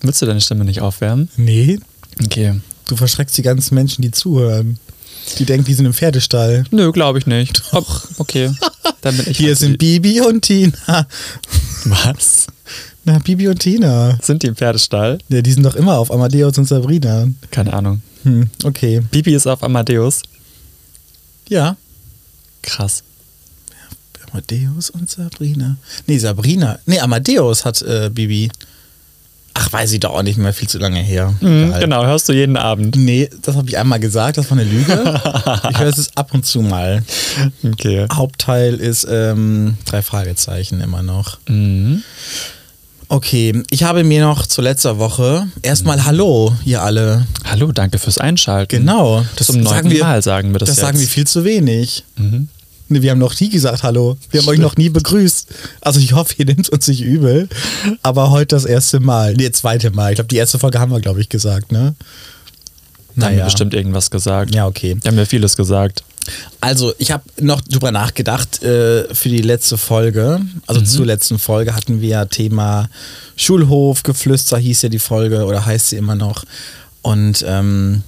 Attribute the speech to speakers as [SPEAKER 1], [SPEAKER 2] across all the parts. [SPEAKER 1] Willst du deine Stimme nicht aufwärmen?
[SPEAKER 2] Nee,
[SPEAKER 1] Okay.
[SPEAKER 2] du verschreckst die ganzen Menschen, die zuhören. Die denken, die sind im Pferdestall.
[SPEAKER 1] Nö, glaube ich nicht. Doch. Okay. Dann bin ich
[SPEAKER 2] Hier
[SPEAKER 1] heute
[SPEAKER 2] sind Bibi und Tina.
[SPEAKER 1] die- Was?
[SPEAKER 2] Na, Bibi und Tina.
[SPEAKER 1] Sind die im Pferdestall?
[SPEAKER 2] Ja, die sind doch immer auf Amadeus und Sabrina.
[SPEAKER 1] Keine Ahnung.
[SPEAKER 2] Hm, okay.
[SPEAKER 1] Bibi ist auf Amadeus.
[SPEAKER 2] Ja.
[SPEAKER 1] Krass.
[SPEAKER 2] Amadeus und Sabrina. Nee, Sabrina. Nee, Amadeus hat äh, Bibi. Ach, weiß ich doch auch nicht mehr, viel zu lange her.
[SPEAKER 1] Mhm,
[SPEAKER 2] Egal.
[SPEAKER 1] genau, hörst du jeden Abend.
[SPEAKER 2] Nee, das habe ich einmal gesagt, das war eine Lüge. ich höre es ab und zu mal.
[SPEAKER 1] Okay.
[SPEAKER 2] Hauptteil ist ähm, drei Fragezeichen immer noch.
[SPEAKER 1] Mhm.
[SPEAKER 2] Okay, ich habe mir noch zu letzter Woche erstmal Hallo, ihr alle.
[SPEAKER 1] Hallo, danke fürs Einschalten.
[SPEAKER 2] Genau, das
[SPEAKER 1] Zum neunten
[SPEAKER 2] sagen wir,
[SPEAKER 1] Mal sagen wir das
[SPEAKER 2] das
[SPEAKER 1] jetzt.
[SPEAKER 2] sagen wir viel zu wenig.
[SPEAKER 1] Mhm.
[SPEAKER 2] Nee, wir haben noch nie gesagt Hallo. Wir haben euch noch nie begrüßt. Also ich hoffe, ihr nehmt uns nicht übel. Aber heute das erste Mal. Nee, zweite Mal. Ich glaube, die erste Folge haben wir, glaube ich, gesagt, ne?
[SPEAKER 1] Da haben wir bestimmt irgendwas gesagt.
[SPEAKER 2] Ja, okay.
[SPEAKER 1] Wir haben ja vieles gesagt.
[SPEAKER 2] Also, ich habe noch drüber nachgedacht äh, für die letzte Folge. Also zur letzten Folge hatten wir Thema Schulhof, Geflüster hieß ja die Folge oder heißt sie immer noch. Und ähm,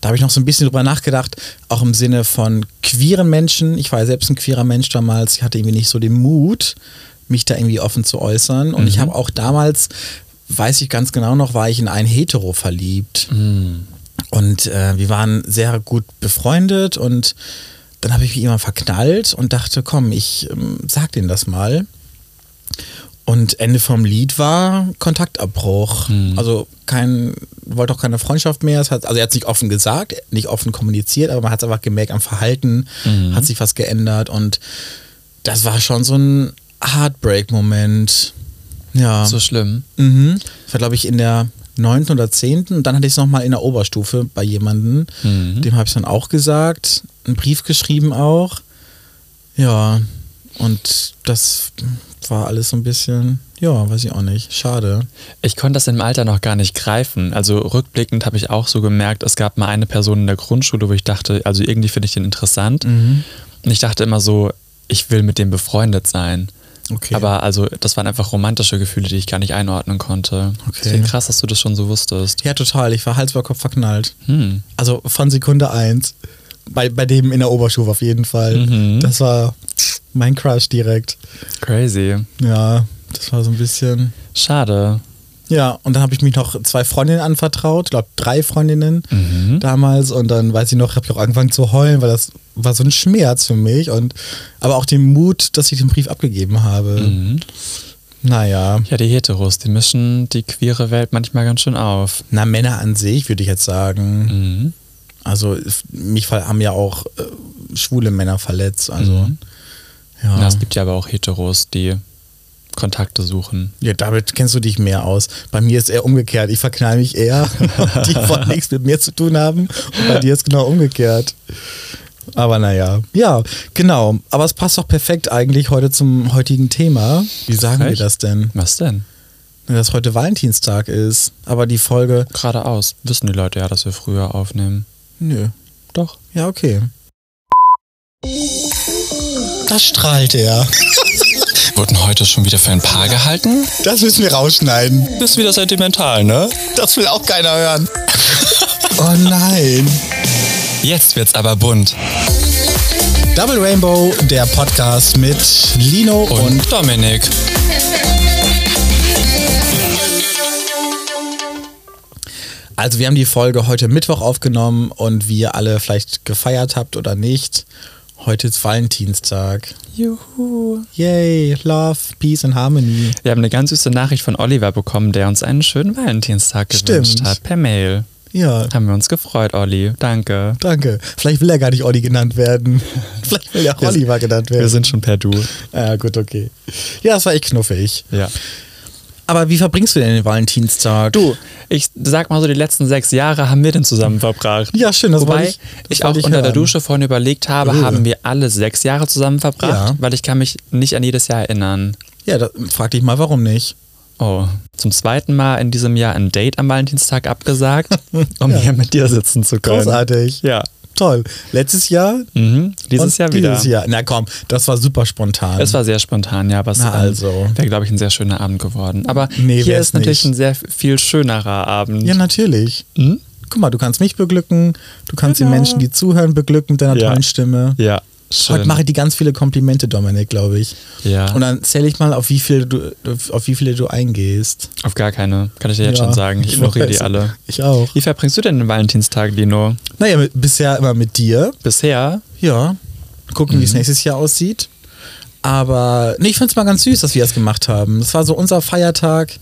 [SPEAKER 2] da habe ich noch so ein bisschen drüber nachgedacht, auch im Sinne von queeren Menschen. Ich war ja selbst ein queerer Mensch damals. Ich hatte irgendwie nicht so den Mut, mich da irgendwie offen zu äußern. Und ich habe auch damals, weiß ich ganz genau noch, war ich in einen Hetero verliebt. Und äh, wir waren sehr gut befreundet und dann habe ich mich immer verknallt und dachte, komm, ich ähm, sag denen das mal. Und Ende vom Lied war Kontaktabbruch. Also kein, wollte auch keine Freundschaft mehr. Es hat, also er hat es nicht offen gesagt, nicht offen kommuniziert, aber man hat es einfach gemerkt am Verhalten, hat sich was geändert und das war schon so ein Heartbreak-Moment. Ja.
[SPEAKER 1] schlimm.
[SPEAKER 2] Mhm. Das war, glaube ich, in der 9. oder 10. Und dann hatte ich es nochmal in der Oberstufe bei jemandem.
[SPEAKER 1] Mhm.
[SPEAKER 2] Dem habe ich dann auch gesagt. Einen Brief geschrieben auch. Ja. Und das war alles so ein bisschen, ja, weiß ich auch nicht. Schade.
[SPEAKER 1] Ich konnte das im Alter noch gar nicht greifen. Also rückblickend habe ich auch so gemerkt, es gab mal eine Person in der Grundschule, wo ich dachte, also irgendwie finde ich den interessant. Und ich dachte immer so, ich will mit dem befreundet sein.
[SPEAKER 2] Okay.
[SPEAKER 1] Aber also, das waren einfach romantische Gefühle, die ich gar nicht einordnen konnte.
[SPEAKER 2] Okay.
[SPEAKER 1] Deswegen krass, dass du das schon so wusstest.
[SPEAKER 2] Ja, total. Ich war Hals über Kopf verknallt.
[SPEAKER 1] Hm.
[SPEAKER 2] Also von Sekunde 1. Bei, bei dem in der Oberstufe auf jeden Fall.
[SPEAKER 1] Mhm.
[SPEAKER 2] Das war mein Crush direkt.
[SPEAKER 1] Crazy.
[SPEAKER 2] Ja, das war so ein bisschen.
[SPEAKER 1] Schade.
[SPEAKER 2] Ja, und dann habe ich mich noch zwei Freundinnen anvertraut, ich glaube drei Freundinnen
[SPEAKER 1] Mhm.
[SPEAKER 2] damals. Und dann weiß ich noch, habe ich auch angefangen zu heulen, weil das war so ein Schmerz für mich. Und aber auch den Mut, dass ich den Brief abgegeben habe.
[SPEAKER 1] Mhm.
[SPEAKER 2] Naja.
[SPEAKER 1] Ja, die Heteros, die mischen die queere Welt manchmal ganz schön auf.
[SPEAKER 2] Na, Männer an sich, würde ich jetzt sagen.
[SPEAKER 1] Mhm.
[SPEAKER 2] Also f- mich ver- haben ja auch äh, schwule Männer verletzt. Also
[SPEAKER 1] Mhm.
[SPEAKER 2] ja.
[SPEAKER 1] Na, es gibt ja aber auch Heteros, die Kontakte suchen.
[SPEAKER 2] Ja, damit kennst du dich mehr aus. Bei mir ist eher umgekehrt. Ich verknall mich eher. Die wollen nichts mit mir zu tun haben. Und bei dir ist genau umgekehrt. Aber naja. Ja, genau. Aber es passt doch perfekt eigentlich heute zum heutigen Thema. Wie sagen wir
[SPEAKER 1] Echt?
[SPEAKER 2] das denn?
[SPEAKER 1] Was denn?
[SPEAKER 2] Dass heute Valentinstag ist. Aber die Folge.
[SPEAKER 1] Geradeaus wissen die Leute ja, dass wir früher aufnehmen.
[SPEAKER 2] Nö.
[SPEAKER 1] Doch.
[SPEAKER 2] Ja, okay. Das strahlt er.
[SPEAKER 1] Wurden heute schon wieder für ein Paar gehalten?
[SPEAKER 2] Das müssen wir rausschneiden.
[SPEAKER 1] Bist wieder sentimental, ne?
[SPEAKER 2] Das will auch keiner hören. Oh nein.
[SPEAKER 1] Jetzt wird's aber bunt.
[SPEAKER 2] Double Rainbow, der Podcast mit Lino und,
[SPEAKER 1] Dominik.
[SPEAKER 2] also wir haben die Folge heute Mittwoch aufgenommen und wie ihr alle vielleicht gefeiert habt oder nicht, heute ist Valentinstag.
[SPEAKER 1] Juhu.
[SPEAKER 2] Yay, Love, Peace and Harmony.
[SPEAKER 1] Wir haben eine ganz süße Nachricht von Oliver bekommen, der uns einen schönen Valentinstag gewünscht
[SPEAKER 2] Stimmt.
[SPEAKER 1] hat. Per Mail.
[SPEAKER 2] Ja,
[SPEAKER 1] Haben wir uns gefreut, Olli. Danke.
[SPEAKER 2] danke. Vielleicht will er gar nicht Olli genannt werden. vielleicht will er
[SPEAKER 1] Wir-
[SPEAKER 2] Oliver genannt
[SPEAKER 1] Wir
[SPEAKER 2] werden. Ah,
[SPEAKER 1] sind schon per Du.
[SPEAKER 2] Ja, gut, okay. Ja, das war echt knuffig.
[SPEAKER 1] Ja.
[SPEAKER 2] Aber wie verbringst du denn den Valentinstag?
[SPEAKER 1] Du, ich sag mal so, die letzten sechs Jahre haben wir den zusammen verbracht.
[SPEAKER 2] Ja, schön, das
[SPEAKER 1] Wobei
[SPEAKER 2] wollte
[SPEAKER 1] ich,
[SPEAKER 2] ich- das
[SPEAKER 1] auch
[SPEAKER 2] wollte ich
[SPEAKER 1] unter der
[SPEAKER 2] hören.
[SPEAKER 1] Dusche vorhin überlegt habe,
[SPEAKER 2] Äh.
[SPEAKER 1] haben wir alle sechs Jahre zusammen verbracht,
[SPEAKER 2] Ja.
[SPEAKER 1] weil ich kann mich nicht an jedes Jahr erinnern.
[SPEAKER 2] Ja, da, frag dich mal, warum nicht?
[SPEAKER 1] Oh, zum zweiten Mal in diesem Jahr ein Date am Valentinstag abgesagt, um
[SPEAKER 2] Ja.
[SPEAKER 1] hier mit dir sitzen zu können.
[SPEAKER 2] Großartig.
[SPEAKER 1] Ja.
[SPEAKER 2] toll. Letztes Jahr?
[SPEAKER 1] Mhm. Dieses
[SPEAKER 2] und
[SPEAKER 1] Jahr wieder.
[SPEAKER 2] Dieses Jahr. Na komm, das war super spontan.
[SPEAKER 1] Es war sehr spontan, ja, aber es
[SPEAKER 2] Na
[SPEAKER 1] ähm,
[SPEAKER 2] also.
[SPEAKER 1] wäre, glaube ich, ein sehr schöner Abend geworden. Aber
[SPEAKER 2] Nee,
[SPEAKER 1] hier
[SPEAKER 2] wär's
[SPEAKER 1] ist natürlich
[SPEAKER 2] nicht.
[SPEAKER 1] ein sehr viel schönerer Abend.
[SPEAKER 2] ja, natürlich.
[SPEAKER 1] Hm?
[SPEAKER 2] Guck mal, du kannst mich beglücken, du kannst
[SPEAKER 1] Genau.
[SPEAKER 2] die Menschen, die zuhören, beglücken mit deiner
[SPEAKER 1] Ja.
[SPEAKER 2] tollen Stimme.
[SPEAKER 1] Ja, schön.
[SPEAKER 2] Heute mache ich dir ganz viele Komplimente, Dominik, glaube ich.
[SPEAKER 1] Ja.
[SPEAKER 2] Und dann zähle ich mal, auf wie viele du, auf wie viele du eingehst.
[SPEAKER 1] Auf gar keine. Kann ich dir jetzt
[SPEAKER 2] Ja,
[SPEAKER 1] schon sagen. Ich ignoriere die
[SPEAKER 2] weiß.
[SPEAKER 1] alle.
[SPEAKER 2] Ich auch.
[SPEAKER 1] Wie verbringst du denn den Valentinstag, Lino?
[SPEAKER 2] Naja, mit, bisher immer mit dir.
[SPEAKER 1] Bisher?
[SPEAKER 2] Ja. Gucken, wie es nächstes Jahr aussieht. Aber nee, ich finde es mal ganz süß, dass wir das gemacht haben. Das war so unser Feiertag,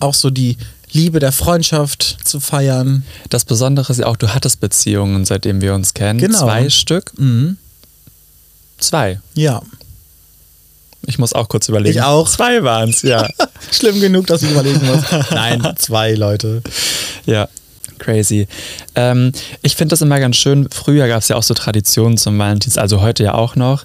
[SPEAKER 2] auch so die Liebe der Freundschaft zu feiern.
[SPEAKER 1] Das Besondere ist ja auch, du hattest Beziehungen, seitdem wir uns kennen.
[SPEAKER 2] Genau.
[SPEAKER 1] Zwei Stück?
[SPEAKER 2] Mhm.
[SPEAKER 1] Zwei.
[SPEAKER 2] Ja.
[SPEAKER 1] Ich muss auch kurz überlegen.
[SPEAKER 2] Ich auch.
[SPEAKER 1] Zwei waren es, ja.
[SPEAKER 2] Schlimm genug, dass ich überlegen muss. Nein, zwei Leute.
[SPEAKER 1] ja. Crazy. Ähm, ich finde das immer ganz schön. Früher gab es ja auch so Traditionen zum Valentins, also heute ja auch noch.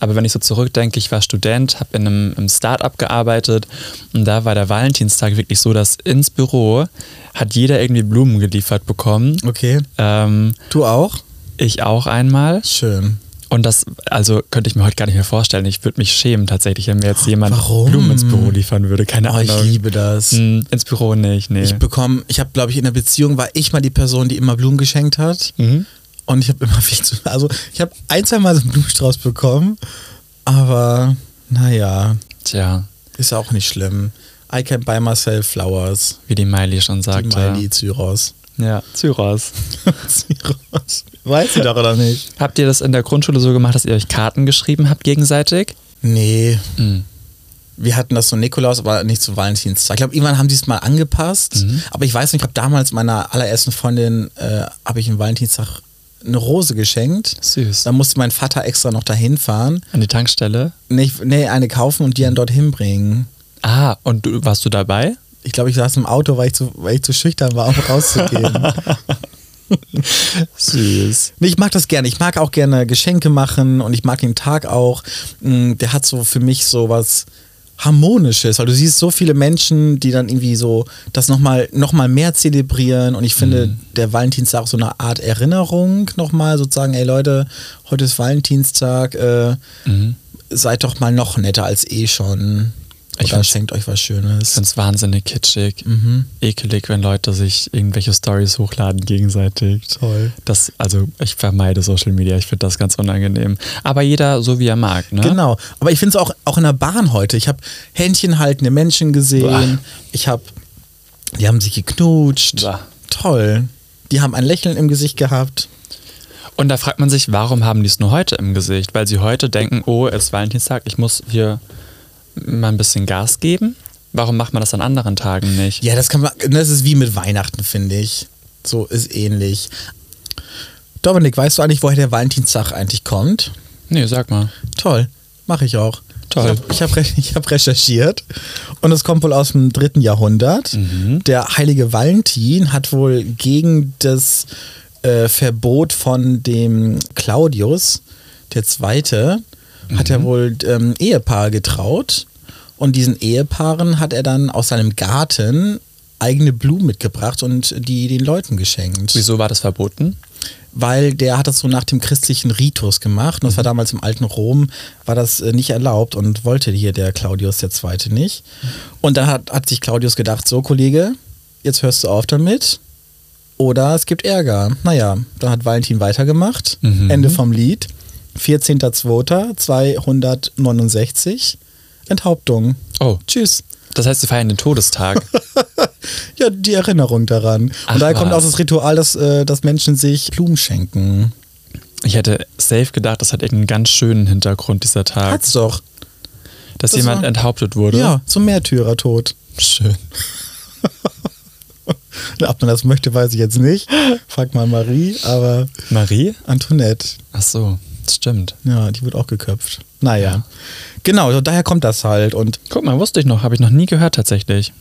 [SPEAKER 1] Aber wenn ich so zurückdenke, ich war Student, habe in einem im Start-up gearbeitet und da war der Valentinstag wirklich so, dass ins Büro hat jeder irgendwie Blumen geliefert bekommen.
[SPEAKER 2] Okay.
[SPEAKER 1] Ähm,
[SPEAKER 2] Du auch?
[SPEAKER 1] ich auch einmal.
[SPEAKER 2] Schön.
[SPEAKER 1] Und das, also könnte ich mir heute gar nicht mehr vorstellen. Ich würde mich schämen tatsächlich, wenn mir jetzt jemand
[SPEAKER 2] Warum?
[SPEAKER 1] Blumen ins Büro liefern würde. Keine
[SPEAKER 2] Oh, ich
[SPEAKER 1] Ahnung.
[SPEAKER 2] liebe das.
[SPEAKER 1] Hm, ins Büro nicht, nee.
[SPEAKER 2] Ich bekomme, ich habe, glaube ich, in der Beziehung war ich mal die Person, die immer Blumen geschenkt hat.
[SPEAKER 1] Mhm.
[SPEAKER 2] Und ich habe immer viel zu. Also, ich habe ein, zwei Mal so einen Blumenstrauß bekommen. Aber, naja,
[SPEAKER 1] Tja,
[SPEAKER 2] ist auch nicht schlimm. I can buy myself flowers.
[SPEAKER 1] wie die Miley schon
[SPEAKER 2] Die
[SPEAKER 1] sagte.
[SPEAKER 2] Miley Zyros.
[SPEAKER 1] Ja, Zyros.
[SPEAKER 2] Zyros. Weiß sie doch, oder nicht?
[SPEAKER 1] Habt ihr das in der Grundschule so gemacht, dass ihr euch Karten geschrieben habt gegenseitig?
[SPEAKER 2] Nee.
[SPEAKER 1] Mhm.
[SPEAKER 2] Wir hatten das zu Nikolaus, aber nicht zu Valentinstag. Ich glaube, irgendwann haben die es mal angepasst. Aber ich weiß nicht, ich habe damals meiner allerersten Freundin, äh, habe ich am Valentinstag eine Rose geschenkt.
[SPEAKER 1] Süß.
[SPEAKER 2] Da musste mein Vater extra noch dahin fahren.
[SPEAKER 1] An die Tankstelle?
[SPEAKER 2] Nee, ich- nee, eine kaufen und die dann dorthin bringen.
[SPEAKER 1] Ah, und du, warst du dabei?
[SPEAKER 2] Ich glaube, ich saß im Auto, weil ich zu, weil ich zu schüchtern war, um rauszugehen.
[SPEAKER 1] Süß.
[SPEAKER 2] nee, ich mag das gerne. Ich mag auch gerne Geschenke machen und ich mag den Tag auch. Mm, Der hat so für mich so was Harmonisches, weil du siehst so viele Menschen, die dann irgendwie so das nochmal noch mal mehr zelebrieren und ich finde,
[SPEAKER 1] Mhm.
[SPEAKER 2] der Valentinstag auch so eine Art Erinnerung nochmal, sozusagen, ey Leute, heute ist Valentinstag, äh,
[SPEAKER 1] Mhm.
[SPEAKER 2] seid doch mal noch netter als eh schon.
[SPEAKER 1] Ich
[SPEAKER 2] Oder
[SPEAKER 1] find's-
[SPEAKER 2] schenkt euch was Schönes.
[SPEAKER 1] Ich find's wahnsinnig kitschig.
[SPEAKER 2] Mhm.
[SPEAKER 1] Ekelig, wenn Leute sich irgendwelche Stories hochladen gegenseitig.
[SPEAKER 2] Toll.
[SPEAKER 1] Das, also ich vermeide Social Media, ich finde das ganz unangenehm. Aber jeder so wie er mag, ne?
[SPEAKER 2] Genau. Aber ich finde es auch, auch in der Bahn heute. Ich habe Händchen haltende Menschen gesehen.
[SPEAKER 1] Boah.
[SPEAKER 2] Ich habe, die haben sich geknutscht.
[SPEAKER 1] Boah.
[SPEAKER 2] Toll. Die haben ein Lächeln im Gesicht gehabt.
[SPEAKER 1] Und da fragt man sich, warum haben die es nur heute im Gesicht? Weil sie heute denken, oh, es ist Valentinstag, ich muss hier mal ein bisschen Gas geben. Warum macht man das an anderen Tagen nicht?
[SPEAKER 2] Ja, das kann man, das ist wie mit Weihnachten, finde ich. So ist ähnlich. Dominik, weißt du eigentlich, woher der Valentinstag eigentlich kommt?
[SPEAKER 1] Nee, sag mal.
[SPEAKER 2] Toll. Mache ich auch.
[SPEAKER 1] Toll.
[SPEAKER 2] Ich habe ich hab, re- ich hab recherchiert und es kommt wohl aus dem dritten Jahrhundert. Der heilige Valentin hat wohl gegen das äh, Verbot von dem Claudius, der Zweite, hat er wohl ähm, Ehepaare getraut und diesen Ehepaaren hat er dann aus seinem Garten eigene Blumen mitgebracht und die den Leuten geschenkt
[SPEAKER 1] Wieso war das verboten?
[SPEAKER 2] weil der hat das so nach dem christlichen Ritus gemacht. Und das war damals im alten Rom, war das äh, nicht erlaubt und wollte hier der Claudius II. nicht. Und dann hat, hat sich Claudius gedacht, so Kollege, jetzt hörst du auf damit. Oder es gibt Ärger. Naja, dann hat Valentin weitergemacht. Ende vom Lied. 14.02.269. Enthauptung.
[SPEAKER 1] Oh,
[SPEAKER 2] Tschüss.
[SPEAKER 1] das heißt, sie feiern den Todestag.
[SPEAKER 2] Ja, die Erinnerung daran. Und
[SPEAKER 1] Ach,
[SPEAKER 2] daher kommt auch
[SPEAKER 1] was.
[SPEAKER 2] das Ritual, dass, äh, dass Menschen sich Blumen schenken.
[SPEAKER 1] Ich hätte safe gedacht, das hat irgendeinen ganz schönen Hintergrund, dieser Tag.
[SPEAKER 2] Hat's doch.
[SPEAKER 1] dass
[SPEAKER 2] das
[SPEAKER 1] jemand
[SPEAKER 2] war-
[SPEAKER 1] enthauptet wurde.
[SPEAKER 2] Ja, zum Märtyrertod.
[SPEAKER 1] Schön.
[SPEAKER 2] Ob man das möchte, weiß ich jetzt nicht. Frag mal Marie, aber
[SPEAKER 1] Marie?
[SPEAKER 2] Antoinette,
[SPEAKER 1] Ach so, stimmt.
[SPEAKER 2] ja, die wird auch geköpft. Naja.
[SPEAKER 1] Ja.
[SPEAKER 2] Genau, so daher kommt das halt. Und
[SPEAKER 1] Guck mal, wusste ich noch, habe ich noch nie gehört tatsächlich.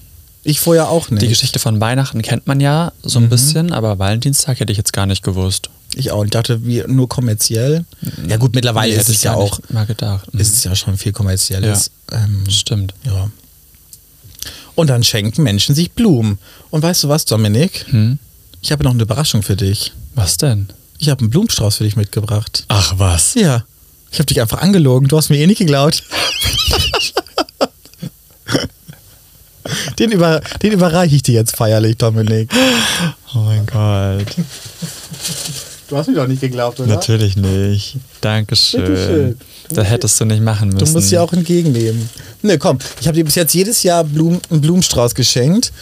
[SPEAKER 2] ich vorher auch nicht.
[SPEAKER 1] Die Geschichte von Weihnachten kennt man ja so ein bisschen, aber Valentinstag hätte ich jetzt gar nicht gewusst.
[SPEAKER 2] Ich auch. Ich dachte, wir nur kommerziell. Ja, gut, mittlerweile
[SPEAKER 1] Nee,
[SPEAKER 2] ist
[SPEAKER 1] hätte ich
[SPEAKER 2] es ja
[SPEAKER 1] gar
[SPEAKER 2] auch.
[SPEAKER 1] nicht mal gedacht. Mhm.
[SPEAKER 2] Ist es ja schon viel kommerzielles. Ähm,
[SPEAKER 1] Stimmt.
[SPEAKER 2] ja. Und dann schenken Menschen sich Blumen. Und weißt du was, Dominik?
[SPEAKER 1] Hm?
[SPEAKER 2] Ich habe noch eine Überraschung für dich.
[SPEAKER 1] Was denn?
[SPEAKER 2] Ich habe einen Blumenstrauß für dich mitgebracht.
[SPEAKER 1] Ach was.
[SPEAKER 2] Ja. Ich habe dich einfach angelogen. Du hast mir eh nicht geglaubt. den, über, den überreiche ich dir jetzt feierlich, Dominik.
[SPEAKER 1] Oh mein Gott.
[SPEAKER 2] Du hast mir doch nicht geglaubt, oder?
[SPEAKER 1] Natürlich nicht. Dankeschön.
[SPEAKER 2] Bitteschön.
[SPEAKER 1] Da hättest du nicht machen müssen.
[SPEAKER 2] Du musst ja auch entgegennehmen. Ne, komm. Ich habe dir bis jetzt jedes Jahr Blumen, einen Blumenstrauß geschenkt.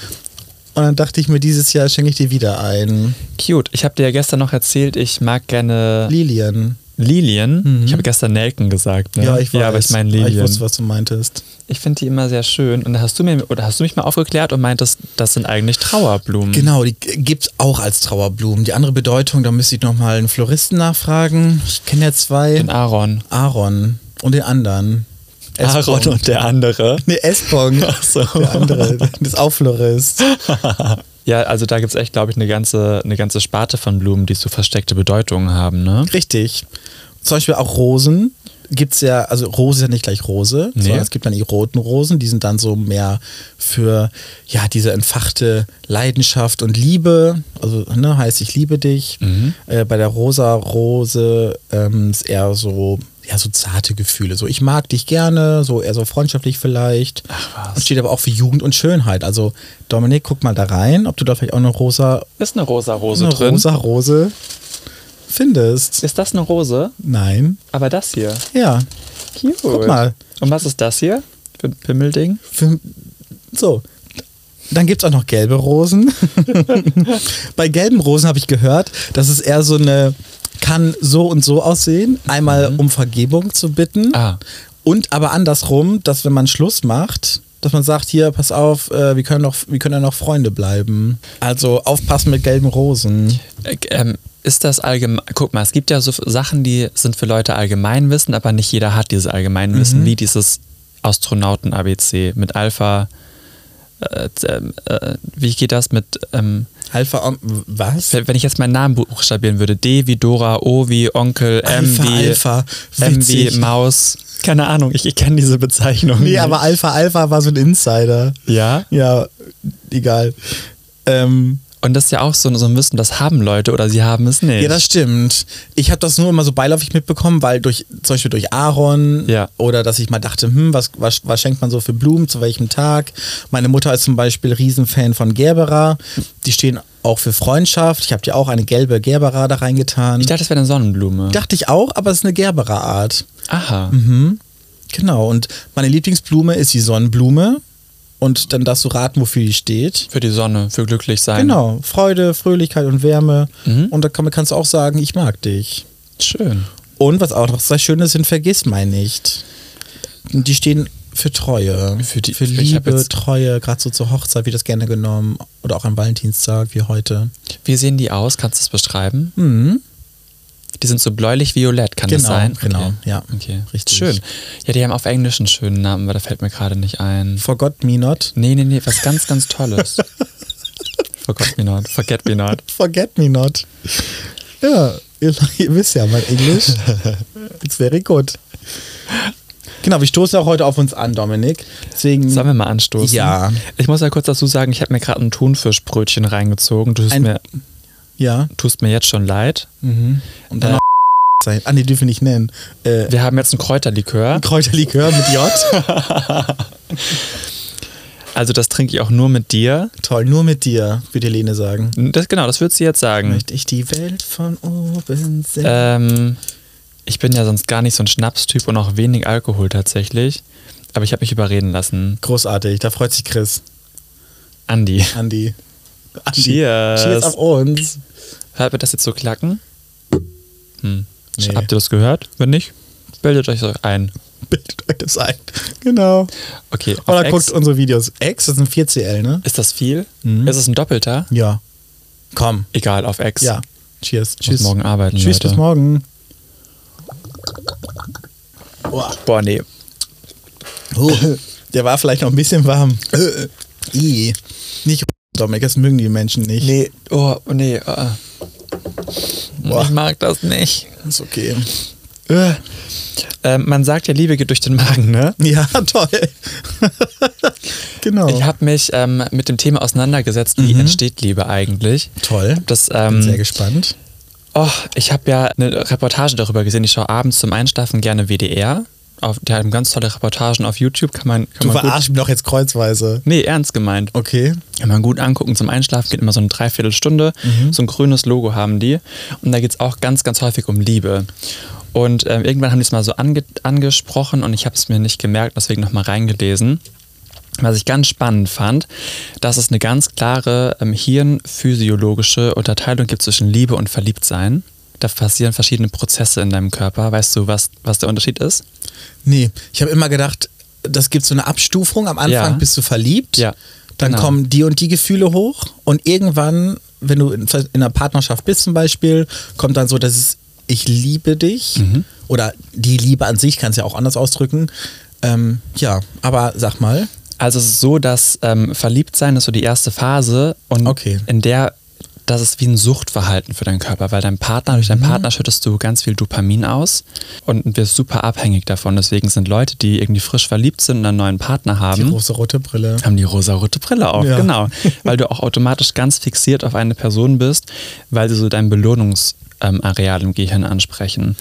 [SPEAKER 2] Und dann dachte ich mir, dieses Jahr schenke ich dir wieder einen.
[SPEAKER 1] Cute. Ich habe dir ja gestern noch erzählt, ich mag gerne
[SPEAKER 2] Lilien.
[SPEAKER 1] Lilien. Ich habe gestern Nelken gesagt. Ne? Mhm. Ja, aber ich meine
[SPEAKER 2] Ah, Ich
[SPEAKER 1] Lilien.
[SPEAKER 2] wusste, was du meintest.
[SPEAKER 1] Ich finde die immer sehr schön. Und da hast du mir oder hast du mich mal aufgeklärt und meintest, das sind eigentlich Trauerblumen.
[SPEAKER 2] Genau, die gibt es auch als Trauerblumen. Die andere Bedeutung, da müsste ich nochmal einen Floristen nachfragen. Ich kenne ja zwei.
[SPEAKER 1] Den Aaron.
[SPEAKER 2] Aaron und den anderen.
[SPEAKER 1] Aaron und der andere.
[SPEAKER 2] Ne, Espong.
[SPEAKER 1] Ach so.
[SPEAKER 2] Der andere, das ist auch Florist.
[SPEAKER 1] Ja, also da gibt es echt, glaube ich, eine ganze, eine ganze Sparte von Blumen, die so versteckte Bedeutungen haben, ne?
[SPEAKER 2] Richtig. Zum Beispiel auch Rosen gibt es ja, also Rose ist ja nicht gleich Rose,
[SPEAKER 1] Nee.
[SPEAKER 2] sondern es gibt dann die roten Rosen, die sind dann so mehr für, ja, diese entfachte Leidenschaft und Liebe, also ne, heißt ich liebe dich.
[SPEAKER 1] Mhm.
[SPEAKER 2] Äh, bei der rosa Rose ähm, ist eher so, ja, so zarte Gefühle, so ich mag dich gerne, so eher so freundschaftlich vielleicht.
[SPEAKER 1] Ach was.
[SPEAKER 2] Und steht aber auch für Jugend und Schönheit. Also Dominik, guck mal da rein, ob du da vielleicht auch eine rosa,
[SPEAKER 1] Ist eine rosa Rose
[SPEAKER 2] eine
[SPEAKER 1] drin?
[SPEAKER 2] rosa Rose findest.
[SPEAKER 1] Ist das eine Rose?
[SPEAKER 2] Nein.
[SPEAKER 1] Aber das hier.
[SPEAKER 2] Ja,
[SPEAKER 1] Cute.
[SPEAKER 2] Guck mal.
[SPEAKER 1] Und was ist das hier? Für ein Pimmelding?
[SPEAKER 2] für, so. Dann gibt es auch noch gelbe Rosen. Bei gelben Rosen habe ich gehört, dass es eher so eine kann so und so aussehen. Einmal um Vergebung zu bitten
[SPEAKER 1] Mhm. Ah.
[SPEAKER 2] und aber andersrum, dass wenn man Schluss macht, dass man sagt, hier, pass auf, äh, wir, können noch, wir können ja noch Freunde bleiben. Also aufpassen mit gelben Rosen.
[SPEAKER 1] Äh, Ähm, ist das allgemein? Guck mal, es gibt ja so f- Sachen, die sind für Leute Allgemeinwissen, aber nicht jeder hat dieses Allgemeinwissen, wie dieses Astronauten-ABC mit Alpha. Äh, z- ähm, äh, wie geht das mit, ähm,
[SPEAKER 2] Alpha, Om- was?
[SPEAKER 1] wenn ich jetzt meinen Namen buchstabieren würde? D wie Dora, O wie Onkel, M
[SPEAKER 2] Alpha,
[SPEAKER 1] wie
[SPEAKER 2] Alpha,
[SPEAKER 1] M wie
[SPEAKER 2] witzig.
[SPEAKER 1] Maus. Keine Ahnung, ich, ich kenne diese Bezeichnung.
[SPEAKER 2] Nee,
[SPEAKER 1] nicht.
[SPEAKER 2] aber Alpha, Alpha war so ein Insider.
[SPEAKER 1] ja.
[SPEAKER 2] Ja, egal. Ähm,
[SPEAKER 1] Und das ist ja auch so, so ein Wissen, das haben Leute oder sie haben es nicht.
[SPEAKER 2] Ja, das stimmt. Ich habe das nur immer so beiläufig mitbekommen, weil durch, zum Beispiel durch Aaron
[SPEAKER 1] Ja.
[SPEAKER 2] oder dass ich mal dachte, hm, was, was, was schenkt man so für Blumen, zu welchem Tag? Meine Mutter ist zum Beispiel Riesenfan von Gerbera. Die stehen auch für Freundschaft. Ich habe dir auch eine gelbe Gerbera da reingetan.
[SPEAKER 1] ich dachte, das wäre eine Sonnenblume.
[SPEAKER 2] dachte ich auch, aber es ist eine Gerbera-Art.
[SPEAKER 1] Aha.
[SPEAKER 2] Genau. Und meine Lieblingsblume ist die Sonnenblume. Und dann darfst du raten, wofür die steht.
[SPEAKER 1] Für die Sonne, für glücklich sein.
[SPEAKER 2] Genau. Freude, Fröhlichkeit und Wärme.
[SPEAKER 1] Mhm.
[SPEAKER 2] Und da kann, kannst du auch sagen, ich mag dich.
[SPEAKER 1] Schön.
[SPEAKER 2] Und was auch noch sehr schön ist, sind vergiss mein nicht. Die stehen für Treue.
[SPEAKER 1] Für die-
[SPEAKER 2] für
[SPEAKER 1] ich hab
[SPEAKER 2] Liebe,
[SPEAKER 1] jetzt-
[SPEAKER 2] Treue, gerade so zur Hochzeit wird das gerne genommen. Oder auch am Valentinstag wie heute. Mhm.
[SPEAKER 1] Wie sehen die aus? Kannst du es beschreiben? Die sind so bläulich-violett, kann das
[SPEAKER 2] Hm. Genau,
[SPEAKER 1] sein?
[SPEAKER 2] genau, ja.
[SPEAKER 1] Okay,
[SPEAKER 2] Richtig.
[SPEAKER 1] richtig. Schön. Ja, die haben auf Englisch einen schönen Namen, aber da fällt mir gerade nicht ein.
[SPEAKER 2] Forgot me not.
[SPEAKER 1] Nee, nee, nee, was ganz, ganz Tolles. Forgot me not, forget me not.
[SPEAKER 2] Forget me not. Ja, ihr, ihr wisst ja, mein Englisch. It's very good. Genau, wir stoßen auch heute auf uns an, Dominik. Deswegen.
[SPEAKER 1] Sollen wir mal anstoßen?
[SPEAKER 2] Ja.
[SPEAKER 1] Ich muss ja kurz dazu sagen, ich habe mir gerade ein Thunfischbrötchen reingezogen. Du tust,
[SPEAKER 2] Ein-
[SPEAKER 1] mir,
[SPEAKER 2] ja.
[SPEAKER 1] tust mir jetzt schon leid.
[SPEAKER 2] Mhm. Und dann noch sein. Ah, nee, dürfen wir nicht nennen. Äh,
[SPEAKER 1] Wir haben jetzt einen Kräuterlikör.
[SPEAKER 2] Kräuterlikör mit J.
[SPEAKER 1] Also das trinke ich auch nur mit dir.
[SPEAKER 2] Toll, nur mit dir, würde Helene sagen.
[SPEAKER 1] Das, genau, das wird sie jetzt sagen.
[SPEAKER 2] Möchte ich die Welt von oben sehen.
[SPEAKER 1] Ähm, ich bin ja sonst gar nicht so ein Schnapstyp und auch wenig Alkohol tatsächlich. Aber ich habe mich überreden lassen.
[SPEAKER 2] Großartig, da freut sich Chris.
[SPEAKER 1] Andi,
[SPEAKER 2] Andi. Andi.
[SPEAKER 1] Cheers.
[SPEAKER 2] Cheers auf uns.
[SPEAKER 1] hört mir das jetzt so klacken? Hm.
[SPEAKER 2] Nee.
[SPEAKER 1] Habt ihr das gehört? Wenn nicht, bildet euch das ein.
[SPEAKER 2] Bildet euch das ein. Genau.
[SPEAKER 1] Okay, auf
[SPEAKER 2] Oder
[SPEAKER 1] Ex-
[SPEAKER 2] guckt unsere Videos. Ex, das sind 4CL, ne?
[SPEAKER 1] Ist das viel? Ist es ein Doppelter?
[SPEAKER 2] Ja. Komm.
[SPEAKER 1] Egal, auf Ex.
[SPEAKER 2] Ja.
[SPEAKER 1] Tschüss.
[SPEAKER 2] Cheers. Tschüss.
[SPEAKER 1] Muss morgen arbeiten,
[SPEAKER 2] Tschüss,
[SPEAKER 1] Leute.
[SPEAKER 2] bis morgen.
[SPEAKER 1] Boah, nee.
[SPEAKER 2] Oh. Der war vielleicht noch ein bisschen warm. I. Nicht Dominik, das mögen die Menschen nicht.
[SPEAKER 1] Nee, oh, nee. äh.
[SPEAKER 2] Boah.
[SPEAKER 1] Ich mag das nicht.
[SPEAKER 2] Ist okay.
[SPEAKER 1] Äh. Ähm, man sagt ja, Liebe geht durch den Magen, ne?
[SPEAKER 2] Ja, toll. genau.
[SPEAKER 1] Ich habe mich ähm, mit dem Thema auseinandergesetzt, wie entsteht Liebe eigentlich.
[SPEAKER 2] Mhm. Toll.
[SPEAKER 1] Das,
[SPEAKER 2] Bin sehr
[SPEAKER 1] ähm,
[SPEAKER 2] gespannt.
[SPEAKER 1] Oh, ich habe ja eine Reportage darüber gesehen. Ich schaue abends zum Einschlafen gerne WDR. Auf, die haben ganz tolle Reportagen auf YouTube. Kann man, kann
[SPEAKER 2] Du
[SPEAKER 1] man gut,
[SPEAKER 2] verarschst mich doch jetzt kreuzweise.
[SPEAKER 1] nee, ernst gemeint.
[SPEAKER 2] Okay.
[SPEAKER 1] Kann man gut angucken. Zum Einschlafen geht immer so eine Dreiviertelstunde. So ein grünes Logo haben die. Und da geht es auch ganz, ganz häufig um Liebe. Und ähm, irgendwann haben die es mal so ange angesprochen und ich habe es mir nicht gemerkt, deswegen nochmal reingelesen. Was ich ganz spannend fand, dass es eine ganz klare ähm, hirnphysiologische Unterteilung gibt zwischen Liebe und Verliebtsein. Da passieren verschiedene Prozesse in deinem Körper. Weißt du, was, was der Unterschied ist?
[SPEAKER 2] Nee, ich habe immer gedacht, das gibt so eine Abstufung. Am Anfang
[SPEAKER 1] Ja.
[SPEAKER 2] bist du verliebt,
[SPEAKER 1] Ja,
[SPEAKER 2] dann
[SPEAKER 1] genau.
[SPEAKER 2] kommen die und die Gefühle hoch und irgendwann, wenn du in, in einer Partnerschaft bist zum Beispiel, kommt dann so, dass es, ich liebe dich
[SPEAKER 1] Mhm.
[SPEAKER 2] oder die Liebe an sich, kannst ja auch anders ausdrücken. Ähm, ja, aber sag mal,
[SPEAKER 1] Also es ist so, dass ähm, Verliebtsein ist so die erste Phase und
[SPEAKER 2] Okay.
[SPEAKER 1] in der das ist wie ein Suchtverhalten für deinen Körper, weil dein Partner, durch
[SPEAKER 2] Mhm.
[SPEAKER 1] deinen Partner schüttest du ganz viel Dopamin aus und wirst super abhängig davon. Deswegen sind Leute, die irgendwie frisch verliebt sind und einen neuen Partner
[SPEAKER 2] die
[SPEAKER 1] haben,
[SPEAKER 2] große rote Brille.
[SPEAKER 1] haben die rosarote Brille auf,
[SPEAKER 2] Ja.
[SPEAKER 1] genau. Weil du auch automatisch ganz fixiert auf eine Person bist, weil sie so dein Belohnungsareal ähm, Areal im Gehirn ansprechen.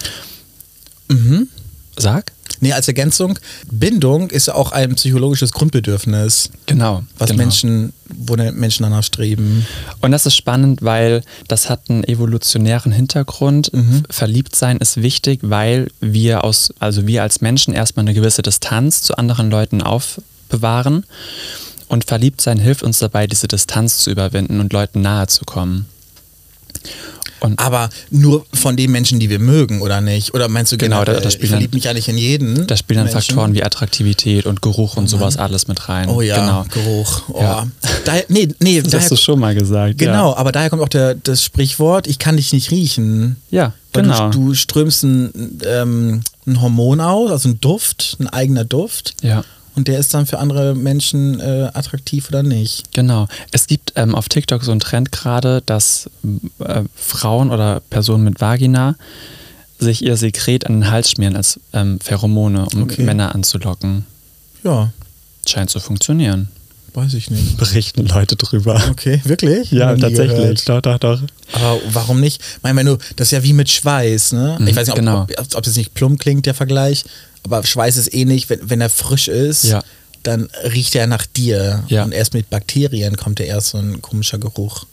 [SPEAKER 2] Mhm.
[SPEAKER 1] Sag?
[SPEAKER 2] Nee, als Ergänzung, Bindung ist ja auch ein psychologisches Grundbedürfnis,
[SPEAKER 1] Genau.
[SPEAKER 2] was
[SPEAKER 1] genau.
[SPEAKER 2] Menschen, wo ne, Menschen danach streben.
[SPEAKER 1] Und das ist spannend, weil das hat einen evolutionären Hintergrund. Verliebt sein ist wichtig, weil wir aus, also wir als Menschen erstmal eine gewisse Distanz zu anderen Leuten aufbewahren. Und verliebt sein hilft uns dabei, diese Distanz zu überwinden und Leuten nahe zu kommen. Und
[SPEAKER 2] Aber nur von den Menschen, die wir mögen, oder nicht? Oder meinst du
[SPEAKER 1] Genau,
[SPEAKER 2] generell,
[SPEAKER 1] da- da spielen
[SPEAKER 2] ich verliebe mich eigentlich in jeden?
[SPEAKER 1] da spielen dann
[SPEAKER 2] Menschen?
[SPEAKER 1] Faktoren wie Attraktivität und Geruch und sowas alles mit rein.
[SPEAKER 2] Oh ja,
[SPEAKER 1] Genau.
[SPEAKER 2] Geruch. Oh.
[SPEAKER 1] Ja.
[SPEAKER 2] Daher, nee, nee,
[SPEAKER 1] Das
[SPEAKER 2] daher,
[SPEAKER 1] hast du schon mal gesagt.
[SPEAKER 2] genau, aber daher kommt auch der, das Sprichwort, ich kann dich nicht riechen.
[SPEAKER 1] Ja, ja
[SPEAKER 2] Weil
[SPEAKER 1] genau.
[SPEAKER 2] du, du strömst ein, ähm, ein Hormon aus, also ein Duft, ein eigener Duft.
[SPEAKER 1] ja.
[SPEAKER 2] Und der ist dann für andere Menschen äh, attraktiv oder nicht.
[SPEAKER 1] Genau. Es gibt ähm, auf TikTok so einen Trend gerade, dass äh, Frauen oder Personen mit Vagina sich ihr Sekret an den Hals schmieren als ähm, Pheromone, um
[SPEAKER 2] Okay.
[SPEAKER 1] Männer anzulocken.
[SPEAKER 2] Ja,
[SPEAKER 1] Scheint zu funktionieren.
[SPEAKER 2] weiß ich nicht.
[SPEAKER 1] Berichten Leute drüber.
[SPEAKER 2] Okay, wirklich? Noch nie gehört.
[SPEAKER 1] Doch, doch, doch.
[SPEAKER 2] Aber warum nicht? Ich meine, wenn du, das ist ja wie mit Schweiß, ne?
[SPEAKER 1] Mhm,
[SPEAKER 2] ich weiß nicht, ob,
[SPEAKER 1] genau.
[SPEAKER 2] ob, ob, ob das nicht plump klingt, der Vergleich, aber Schweiß ist ähnlich, wenn, wenn er frisch ist,
[SPEAKER 1] Ja.
[SPEAKER 2] dann riecht er nach dir.
[SPEAKER 1] Ja.
[SPEAKER 2] Und erst mit Bakterien kommt ja erst so ein komischer Geruch.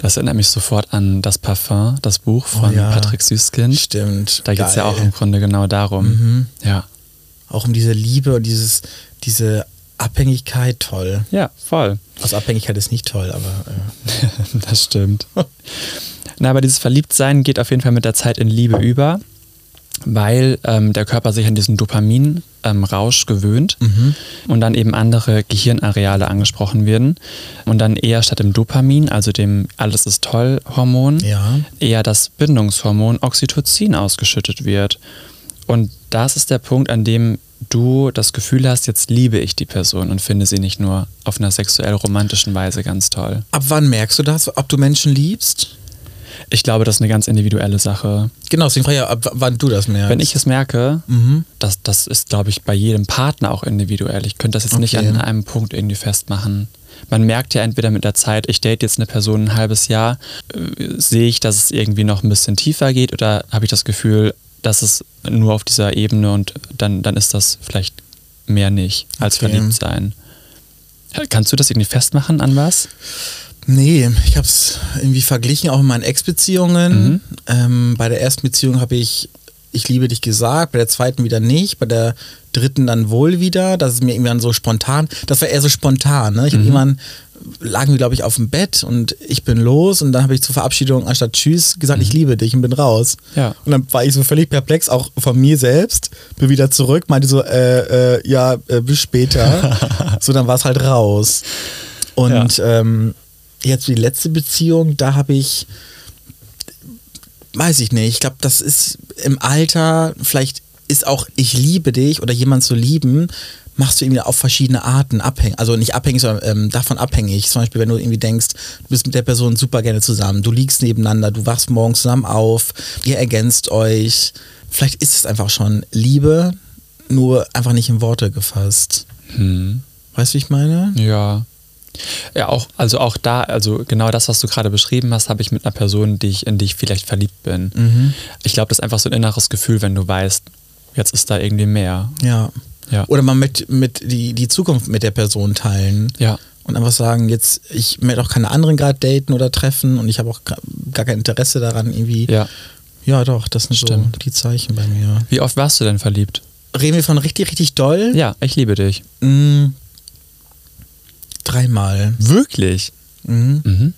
[SPEAKER 1] Das erinnert mich sofort an Das Parfum, das Buch von
[SPEAKER 2] ja.
[SPEAKER 1] Patrick Süßkind.
[SPEAKER 2] Stimmt.
[SPEAKER 1] Da geht es ja
[SPEAKER 2] Geil.
[SPEAKER 1] auch im Grunde genau darum. Ja.
[SPEAKER 2] Auch um diese Liebe und dieses, diese Abhängigkeit, toll.
[SPEAKER 1] Ja, voll.
[SPEAKER 2] Also Abhängigkeit ist nicht toll, aber äh,
[SPEAKER 1] das stimmt. Na, aber dieses Verliebtsein geht auf jeden Fall mit der Zeit in Liebe über, weil ähm, der Körper sich an diesen Dopamin-Rausch ähm, Rausch gewöhnt und dann eben andere Gehirnareale angesprochen werden und dann eher statt dem Dopamin, also dem Alles ist toll Hormon,
[SPEAKER 2] Ja.
[SPEAKER 1] eher das Bindungshormon Oxytocin ausgeschüttet wird. Und das ist der Punkt, an dem du das Gefühl hast, jetzt liebe ich die Person und finde sie nicht nur auf einer sexuell romantischen Weise ganz toll.
[SPEAKER 2] ab wann merkst du das, ob du Menschen liebst?
[SPEAKER 1] Ich glaube, das ist eine ganz individuelle Sache.
[SPEAKER 2] Genau, deswegen frage ich ja, ab w- wann du das merkst.
[SPEAKER 1] Wenn ich es merke,
[SPEAKER 2] Mhm.
[SPEAKER 1] das, das ist, glaube ich, bei jedem Partner auch individuell. Ich könnte das jetzt nicht
[SPEAKER 2] Okay.
[SPEAKER 1] an einem Punkt irgendwie festmachen. Man merkt ja entweder mit der Zeit, ich date jetzt eine Person ein halbes Jahr, äh, sehe ich, dass es irgendwie noch ein bisschen tiefer geht oder habe ich das Gefühl, dass es nur auf dieser Ebene und dann, dann ist das vielleicht mehr nicht als
[SPEAKER 2] Okay.
[SPEAKER 1] verliebt sein. Kannst du das irgendwie festmachen an was?
[SPEAKER 2] Nee, ich habe es irgendwie verglichen, auch in meinen Ex-Beziehungen. Ähm, bei der ersten Beziehung habe ich, ich liebe dich gesagt, bei der zweiten wieder nicht, bei der dritten dann wohl wieder. Das ist mir irgendwann so spontan. Das war eher so spontan. Ne? Ich hab irgendwann lagen wir, glaube ich, auf dem Bett und ich bin los und dann habe ich zur Verabschiedung anstatt Tschüss gesagt, ich liebe dich und bin raus.
[SPEAKER 1] Ja.
[SPEAKER 2] Und dann war ich so völlig perplex, auch von mir selbst, bin wieder zurück, meinte so, äh, äh, ja, äh, bis später. so, dann war es halt raus. Und ähm, jetzt die letzte Beziehung, da habe ich, weiß ich nicht, ich glaube, das ist im Alter, vielleicht ist auch ich liebe dich oder jemand zu lieben, machst du irgendwie auf verschiedene Arten abhängig, also nicht abhängig, sondern ähm, davon abhängig. Zum Beispiel, wenn du irgendwie denkst, du bist mit der Person super gerne zusammen, du liegst nebeneinander, du wachst morgens zusammen auf, ihr ergänzt euch. Vielleicht ist es einfach schon Liebe, nur einfach nicht in Worte gefasst.
[SPEAKER 1] Hm.
[SPEAKER 2] Weißt du, wie ich meine?
[SPEAKER 1] Ja. Ja, auch, also auch da, also genau das, was du gerade beschrieben hast, habe ich mit einer Person, die ich, in die ich vielleicht verliebt bin.
[SPEAKER 2] Mhm.
[SPEAKER 1] Ich glaube, das ist einfach so ein inneres Gefühl, wenn du weißt, jetzt ist da irgendwie mehr.
[SPEAKER 2] Ja.
[SPEAKER 1] Ja.
[SPEAKER 2] Oder man mit, mit die, die Zukunft mit der Person teilen.
[SPEAKER 1] Ja.
[SPEAKER 2] Und einfach sagen, jetzt, ich möchte auch keine anderen gerade daten oder treffen und ich habe auch gra- gar kein Interesse daran irgendwie.
[SPEAKER 1] Ja.
[SPEAKER 2] Ja, doch, das sind so
[SPEAKER 1] Stimmt.
[SPEAKER 2] die Zeichen bei mir.
[SPEAKER 1] Wie oft warst du denn verliebt?
[SPEAKER 2] Reden wir von richtig, richtig doll?
[SPEAKER 1] Ja, ich liebe dich.
[SPEAKER 2] Mm. Dreimal.
[SPEAKER 1] Wirklich?
[SPEAKER 2] Mhm.
[SPEAKER 1] Mhm.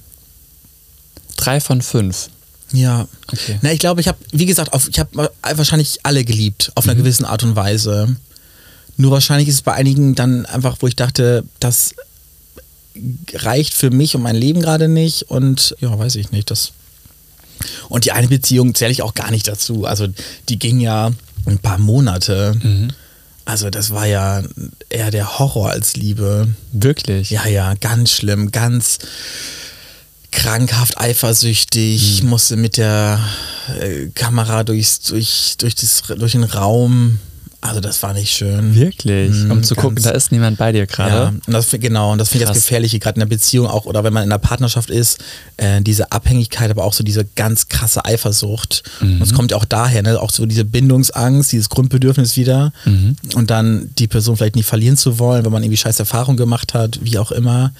[SPEAKER 1] Drei von fünf.
[SPEAKER 2] Ja.
[SPEAKER 1] Okay.
[SPEAKER 2] Na, ich glaube, ich habe, wie gesagt, auf, ich habe wahrscheinlich alle geliebt, auf einer gewissen Art und Weise. Nur wahrscheinlich ist es bei einigen dann einfach, wo ich dachte, das reicht für mich und mein Leben gerade nicht. Und ja, weiß ich nicht. Das und die eine Beziehung zähle ich auch gar nicht dazu. Also die ging ja ein paar Monate. Also das war ja eher der Horror als Liebe.
[SPEAKER 1] Wirklich?
[SPEAKER 2] Ja, ja, ganz schlimm, ganz krankhaft eifersüchtig, musste mit der äh, Kamera durchs, durch, durch, das, durch den Raum. Also das war nicht schön.
[SPEAKER 1] Wirklich?
[SPEAKER 2] Mhm,
[SPEAKER 1] um zu
[SPEAKER 2] ganz-
[SPEAKER 1] gucken, da ist niemand bei dir
[SPEAKER 2] Ja,
[SPEAKER 1] gerade.
[SPEAKER 2] und das, fi- genau, und das finde ich das
[SPEAKER 1] Krass.
[SPEAKER 2] Gefährliche, gerade in der Beziehung auch, oder wenn man in einer Partnerschaft ist, äh, diese Abhängigkeit, aber auch so diese ganz krasse Eifersucht. Und
[SPEAKER 1] Mhm.
[SPEAKER 2] es kommt ja auch daher, ne? auch so diese Bindungsangst, dieses Grundbedürfnis wieder.
[SPEAKER 1] Mhm.
[SPEAKER 2] Und dann die Person vielleicht nicht verlieren zu wollen, wenn man irgendwie scheiß Erfahrungen gemacht hat, wie auch immer.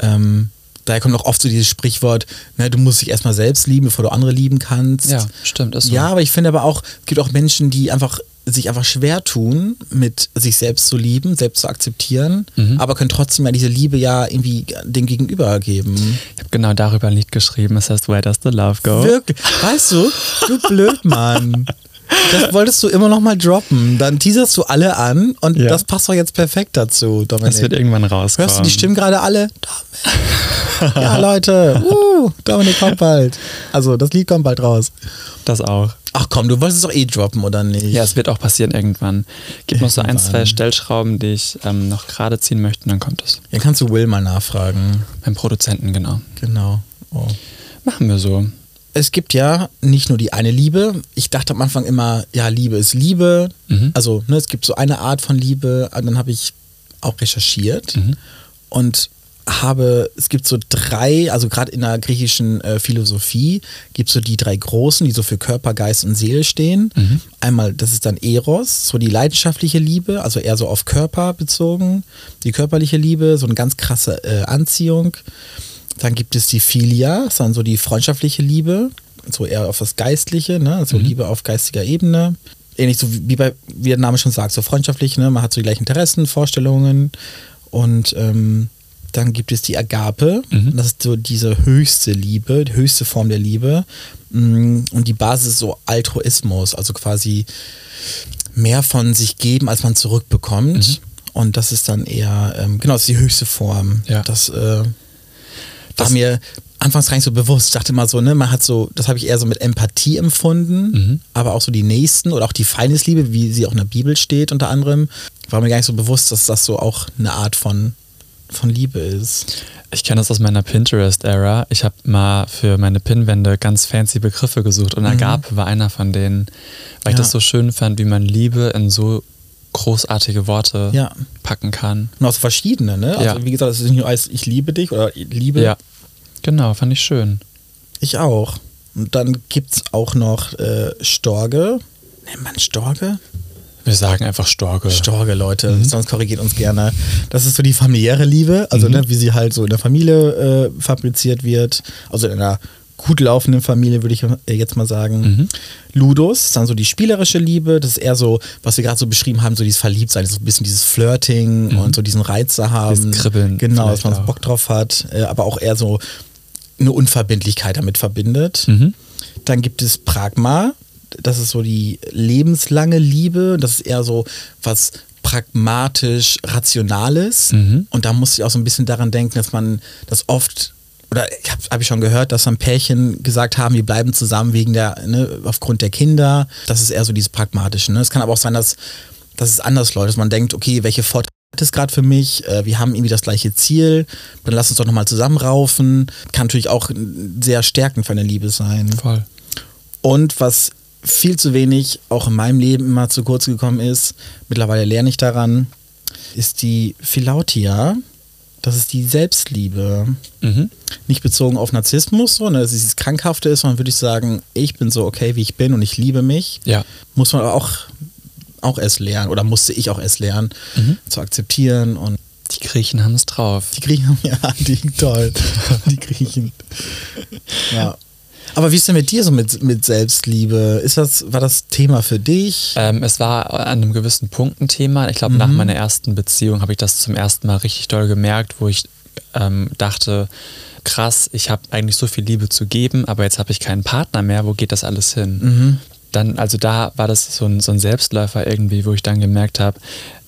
[SPEAKER 2] Ähm, daher kommt auch oft so dieses Sprichwort, ne, du musst dich erstmal selbst lieben, bevor du andere lieben kannst.
[SPEAKER 1] Ja, stimmt. Ist so.
[SPEAKER 2] Ja, aber ich finde aber auch, es gibt auch Menschen, die einfach sich einfach schwer tun, mit sich selbst zu lieben, selbst zu akzeptieren,
[SPEAKER 1] Mhm.
[SPEAKER 2] aber können trotzdem ja diese Liebe ja irgendwie dem Gegenüber geben.
[SPEAKER 1] Ich habe genau darüber ein Lied geschrieben. Es heißt Where Does the Love Go?
[SPEAKER 2] Wirklich. Weißt du, du Blödmann. Das wolltest du immer noch mal droppen. Dann teaserst du alle an und
[SPEAKER 1] Ja.
[SPEAKER 2] das passt doch jetzt perfekt dazu,
[SPEAKER 1] Das wird
[SPEAKER 2] Dominik.
[SPEAKER 1] irgendwann rauskommen.
[SPEAKER 2] Hörst du die Stimmen gerade alle? Dominik. Ja, Leute. Uh, Dominik kommt bald. Also, das Lied kommt bald raus.
[SPEAKER 1] Das auch.
[SPEAKER 2] Ach komm, du wolltest es doch eh droppen, oder nicht?
[SPEAKER 1] Ja, es wird auch passieren irgendwann. Gibt noch so ein,
[SPEAKER 2] Irgendwann.
[SPEAKER 1] zwei Stellschrauben, die ich ähm, noch gerade ziehen möchte, und dann kommt es.
[SPEAKER 2] Dann kannst du Will mal nachfragen.
[SPEAKER 1] Beim Produzenten, genau.
[SPEAKER 2] Genau. Oh.
[SPEAKER 1] Machen wir so.
[SPEAKER 2] Es gibt ja nicht nur die eine Liebe. Ich dachte am Anfang immer, ja, Liebe ist Liebe. Also, ne, es gibt so eine Art von Liebe. Und dann habe ich auch recherchiert und habe, es gibt so drei, also gerade in der griechischen äh, Philosophie gibt es so die drei großen, die so für Körper, Geist und Seele stehen. Einmal, das ist dann Eros, so die leidenschaftliche Liebe, also eher so auf Körper bezogen, die körperliche Liebe, so eine ganz krasse äh, Anziehung. Dann gibt es die Philia, das ist dann so die freundschaftliche Liebe, so eher auf das Geistliche, ne? so Liebe auf geistiger Ebene. Ähnlich so wie, wie bei, wie der Name schon sagt, so freundschaftlich, ne? man hat so die gleichen Interessen, Vorstellungen. Und ähm, dann gibt es die Agape, das ist so diese höchste Liebe, die höchste Form der Liebe. Mm, Und die Basis ist so Altruismus, also quasi mehr von sich geben, als man zurückbekommt. Und das ist dann eher, ähm, genau, das ist die höchste Form.
[SPEAKER 1] Ja.
[SPEAKER 2] Das äh, war
[SPEAKER 1] Das-
[SPEAKER 2] mir anfangs gar nicht so bewusst. Ich dachte immer so, ne, man hat so, das habe ich eher so mit Empathie empfunden,
[SPEAKER 1] Mhm.
[SPEAKER 2] aber auch so die Nächsten oder auch die Feindesliebe, wie sie auch in der Bibel steht unter anderem, war mir gar nicht so bewusst, dass das so auch eine Art von, von Liebe ist.
[SPEAKER 1] Ich kenne das aus meiner Pinterest-Ära. Ich habe mal für meine Pinwände ganz fancy Begriffe gesucht und Agape war einer von denen, weil ich
[SPEAKER 2] Ja.
[SPEAKER 1] das so schön fand, wie man Liebe in so großartige Worte
[SPEAKER 2] Ja.
[SPEAKER 1] packen kann.
[SPEAKER 2] Und auch so verschiedene, ne? Also
[SPEAKER 1] Ja.
[SPEAKER 2] wie gesagt, es ist nicht nur als ich liebe dich oder ich liebe
[SPEAKER 1] Ja, genau, fand ich schön.
[SPEAKER 2] ich auch. Und dann gibt es auch noch äh, Storge. Nennt man Storge?
[SPEAKER 1] Wir sagen einfach Storge.
[SPEAKER 2] Storge, Leute,
[SPEAKER 1] Mhm.
[SPEAKER 2] sonst korrigiert uns gerne. Das ist so die familiäre Liebe, also
[SPEAKER 1] Mhm.
[SPEAKER 2] ne, wie sie halt so in der Familie äh, fabriziert wird, also in einer gut laufenden Familie, würde ich äh, jetzt mal sagen.
[SPEAKER 1] Mhm.
[SPEAKER 2] Ludus ist dann so die spielerische Liebe, das ist eher so, was wir gerade so beschrieben haben, so dieses Verliebtsein, so ein bisschen dieses Flirting und so diesen Reiz da haben.
[SPEAKER 1] Mhm. Dieses Kribbeln
[SPEAKER 2] Genau, dass
[SPEAKER 1] vielleicht
[SPEAKER 2] man
[SPEAKER 1] auch.
[SPEAKER 2] Bock drauf hat, äh, aber auch eher so eine Unverbindlichkeit damit verbindet.
[SPEAKER 1] Mhm.
[SPEAKER 2] Dann gibt es Pragma. Das ist so die lebenslange Liebe. Das ist eher so was pragmatisch Rationales. Und da muss ich auch so ein bisschen daran denken, dass man das oft, oder ich habe hab ich schon gehört, dass dann Pärchen gesagt haben, wir bleiben zusammen wegen der, ne, aufgrund der Kinder. Das ist eher so dieses Pragmatische. Ne? Es kann aber auch sein, dass, dass es anders läuft, dass man denkt, okay, welche Vorteile hat es gerade für mich, äh, wir haben irgendwie das gleiche Ziel, dann lass uns doch nochmal zusammenraufen. Kann natürlich auch äh, sehr stärkend für eine Liebe sein.
[SPEAKER 1] Voll.
[SPEAKER 2] Und was viel zu wenig auch in meinem Leben immer zu kurz gekommen ist, mittlerweile lerne ich daran, ist die Philautia. Das ist die Selbstliebe.
[SPEAKER 1] Mhm.
[SPEAKER 2] Nicht bezogen auf Narzissmus, sondern dass es dieses Krankhafte ist, sondern würde ich sagen, ich bin so okay, wie ich bin und ich liebe mich.
[SPEAKER 1] Ja.
[SPEAKER 2] Muss man aber auch, auch erst lernen oder musste ich auch erst lernen,
[SPEAKER 1] Mhm.
[SPEAKER 2] zu akzeptieren und
[SPEAKER 1] Die Griechen haben es drauf.
[SPEAKER 2] Die Griechen haben ja, die toll. Die Griechen. Ja. Aber wie ist denn mit dir so mit, mit Selbstliebe? Ist das, war das Thema für dich?
[SPEAKER 1] Ähm, es war an einem gewissen Punkt ein Thema. Ich glaube, nach meiner ersten Beziehung habe ich das zum ersten Mal richtig doll gemerkt, wo ich ähm, dachte, krass, ich habe eigentlich so viel Liebe zu geben, aber jetzt habe ich keinen Partner mehr, wo geht das alles hin? Dann, also da war das so ein, so ein Selbstläufer irgendwie, wo ich dann gemerkt habe,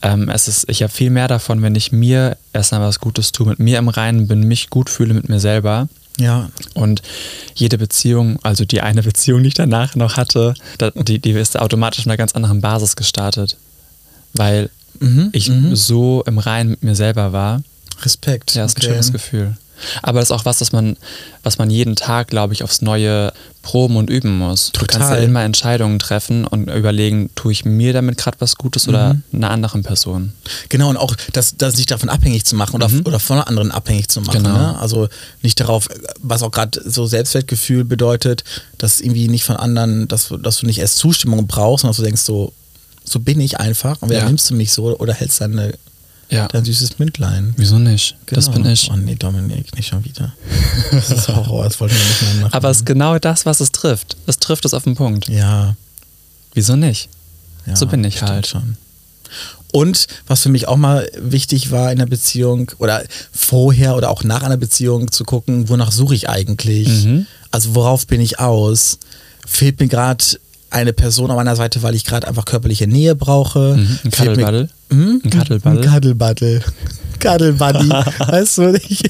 [SPEAKER 1] ähm, es ist, ich habe viel mehr davon, wenn ich mir erstmal was Gutes tue, mit mir im Reinen bin, mich gut fühle mit mir selber.
[SPEAKER 2] Ja.
[SPEAKER 1] Und jede Beziehung, also die eine Beziehung, die ich danach noch hatte, da, die, die ist automatisch auf einer ganz anderen Basis gestartet. Weil
[SPEAKER 2] Mhm,
[SPEAKER 1] ich so im Reinen mit mir selber war.
[SPEAKER 2] Respekt.
[SPEAKER 1] Ja, ist ein
[SPEAKER 2] Okay.
[SPEAKER 1] schönes Gefühl. Aber das ist auch was, das man, was man jeden Tag, glaube ich, aufs Neue proben und üben muss. Du kannst ja
[SPEAKER 2] Total.
[SPEAKER 1] immer Entscheidungen treffen und überlegen, tue ich mir damit gerade was Gutes
[SPEAKER 2] Mhm.
[SPEAKER 1] oder einer anderen Person.
[SPEAKER 2] Genau, und auch das, das nicht davon abhängig zu machen oder, oder von anderen abhängig zu machen.
[SPEAKER 1] Mhm. Genau.
[SPEAKER 2] Ne? Also nicht darauf, was auch gerade so Selbstwertgefühl bedeutet, dass irgendwie nicht von anderen, dass, du- dass du nicht erst Zustimmung brauchst, sondern dass du denkst, so, so bin ich einfach und wer
[SPEAKER 1] Ja.
[SPEAKER 2] nimmst du mich so oder hältst deine,
[SPEAKER 1] Ja.
[SPEAKER 2] dein süßes Mündlein.
[SPEAKER 1] Wieso nicht? Das
[SPEAKER 2] Genau.
[SPEAKER 1] bin ich.
[SPEAKER 2] Oh nee, Dominik, nicht schon wieder. Das ist Horror, das wollten wir nicht mehr machen.
[SPEAKER 1] Aber es ist genau das, was es trifft. Es trifft es auf den Punkt.
[SPEAKER 2] ja,
[SPEAKER 1] Wieso nicht?
[SPEAKER 2] ja,
[SPEAKER 1] So bin ich
[SPEAKER 2] stimmt
[SPEAKER 1] halt.
[SPEAKER 2] schon. Und was für mich auch mal wichtig war in der Beziehung oder vorher oder auch nach einer Beziehung zu gucken, wonach suche ich eigentlich?
[SPEAKER 1] Mhm.
[SPEAKER 2] Also worauf bin ich aus? Fehlt mir gerade eine Person an meiner Seite, weil ich gerade einfach körperliche Nähe brauche?
[SPEAKER 1] Mhm, ein
[SPEAKER 2] Fehlt mir-
[SPEAKER 1] Cuddlebuddle?
[SPEAKER 2] Hm?
[SPEAKER 1] Ein Cuddlebuddle?
[SPEAKER 2] Ein Cuddlebuddle. Cuddlebuddy. weißt du nicht?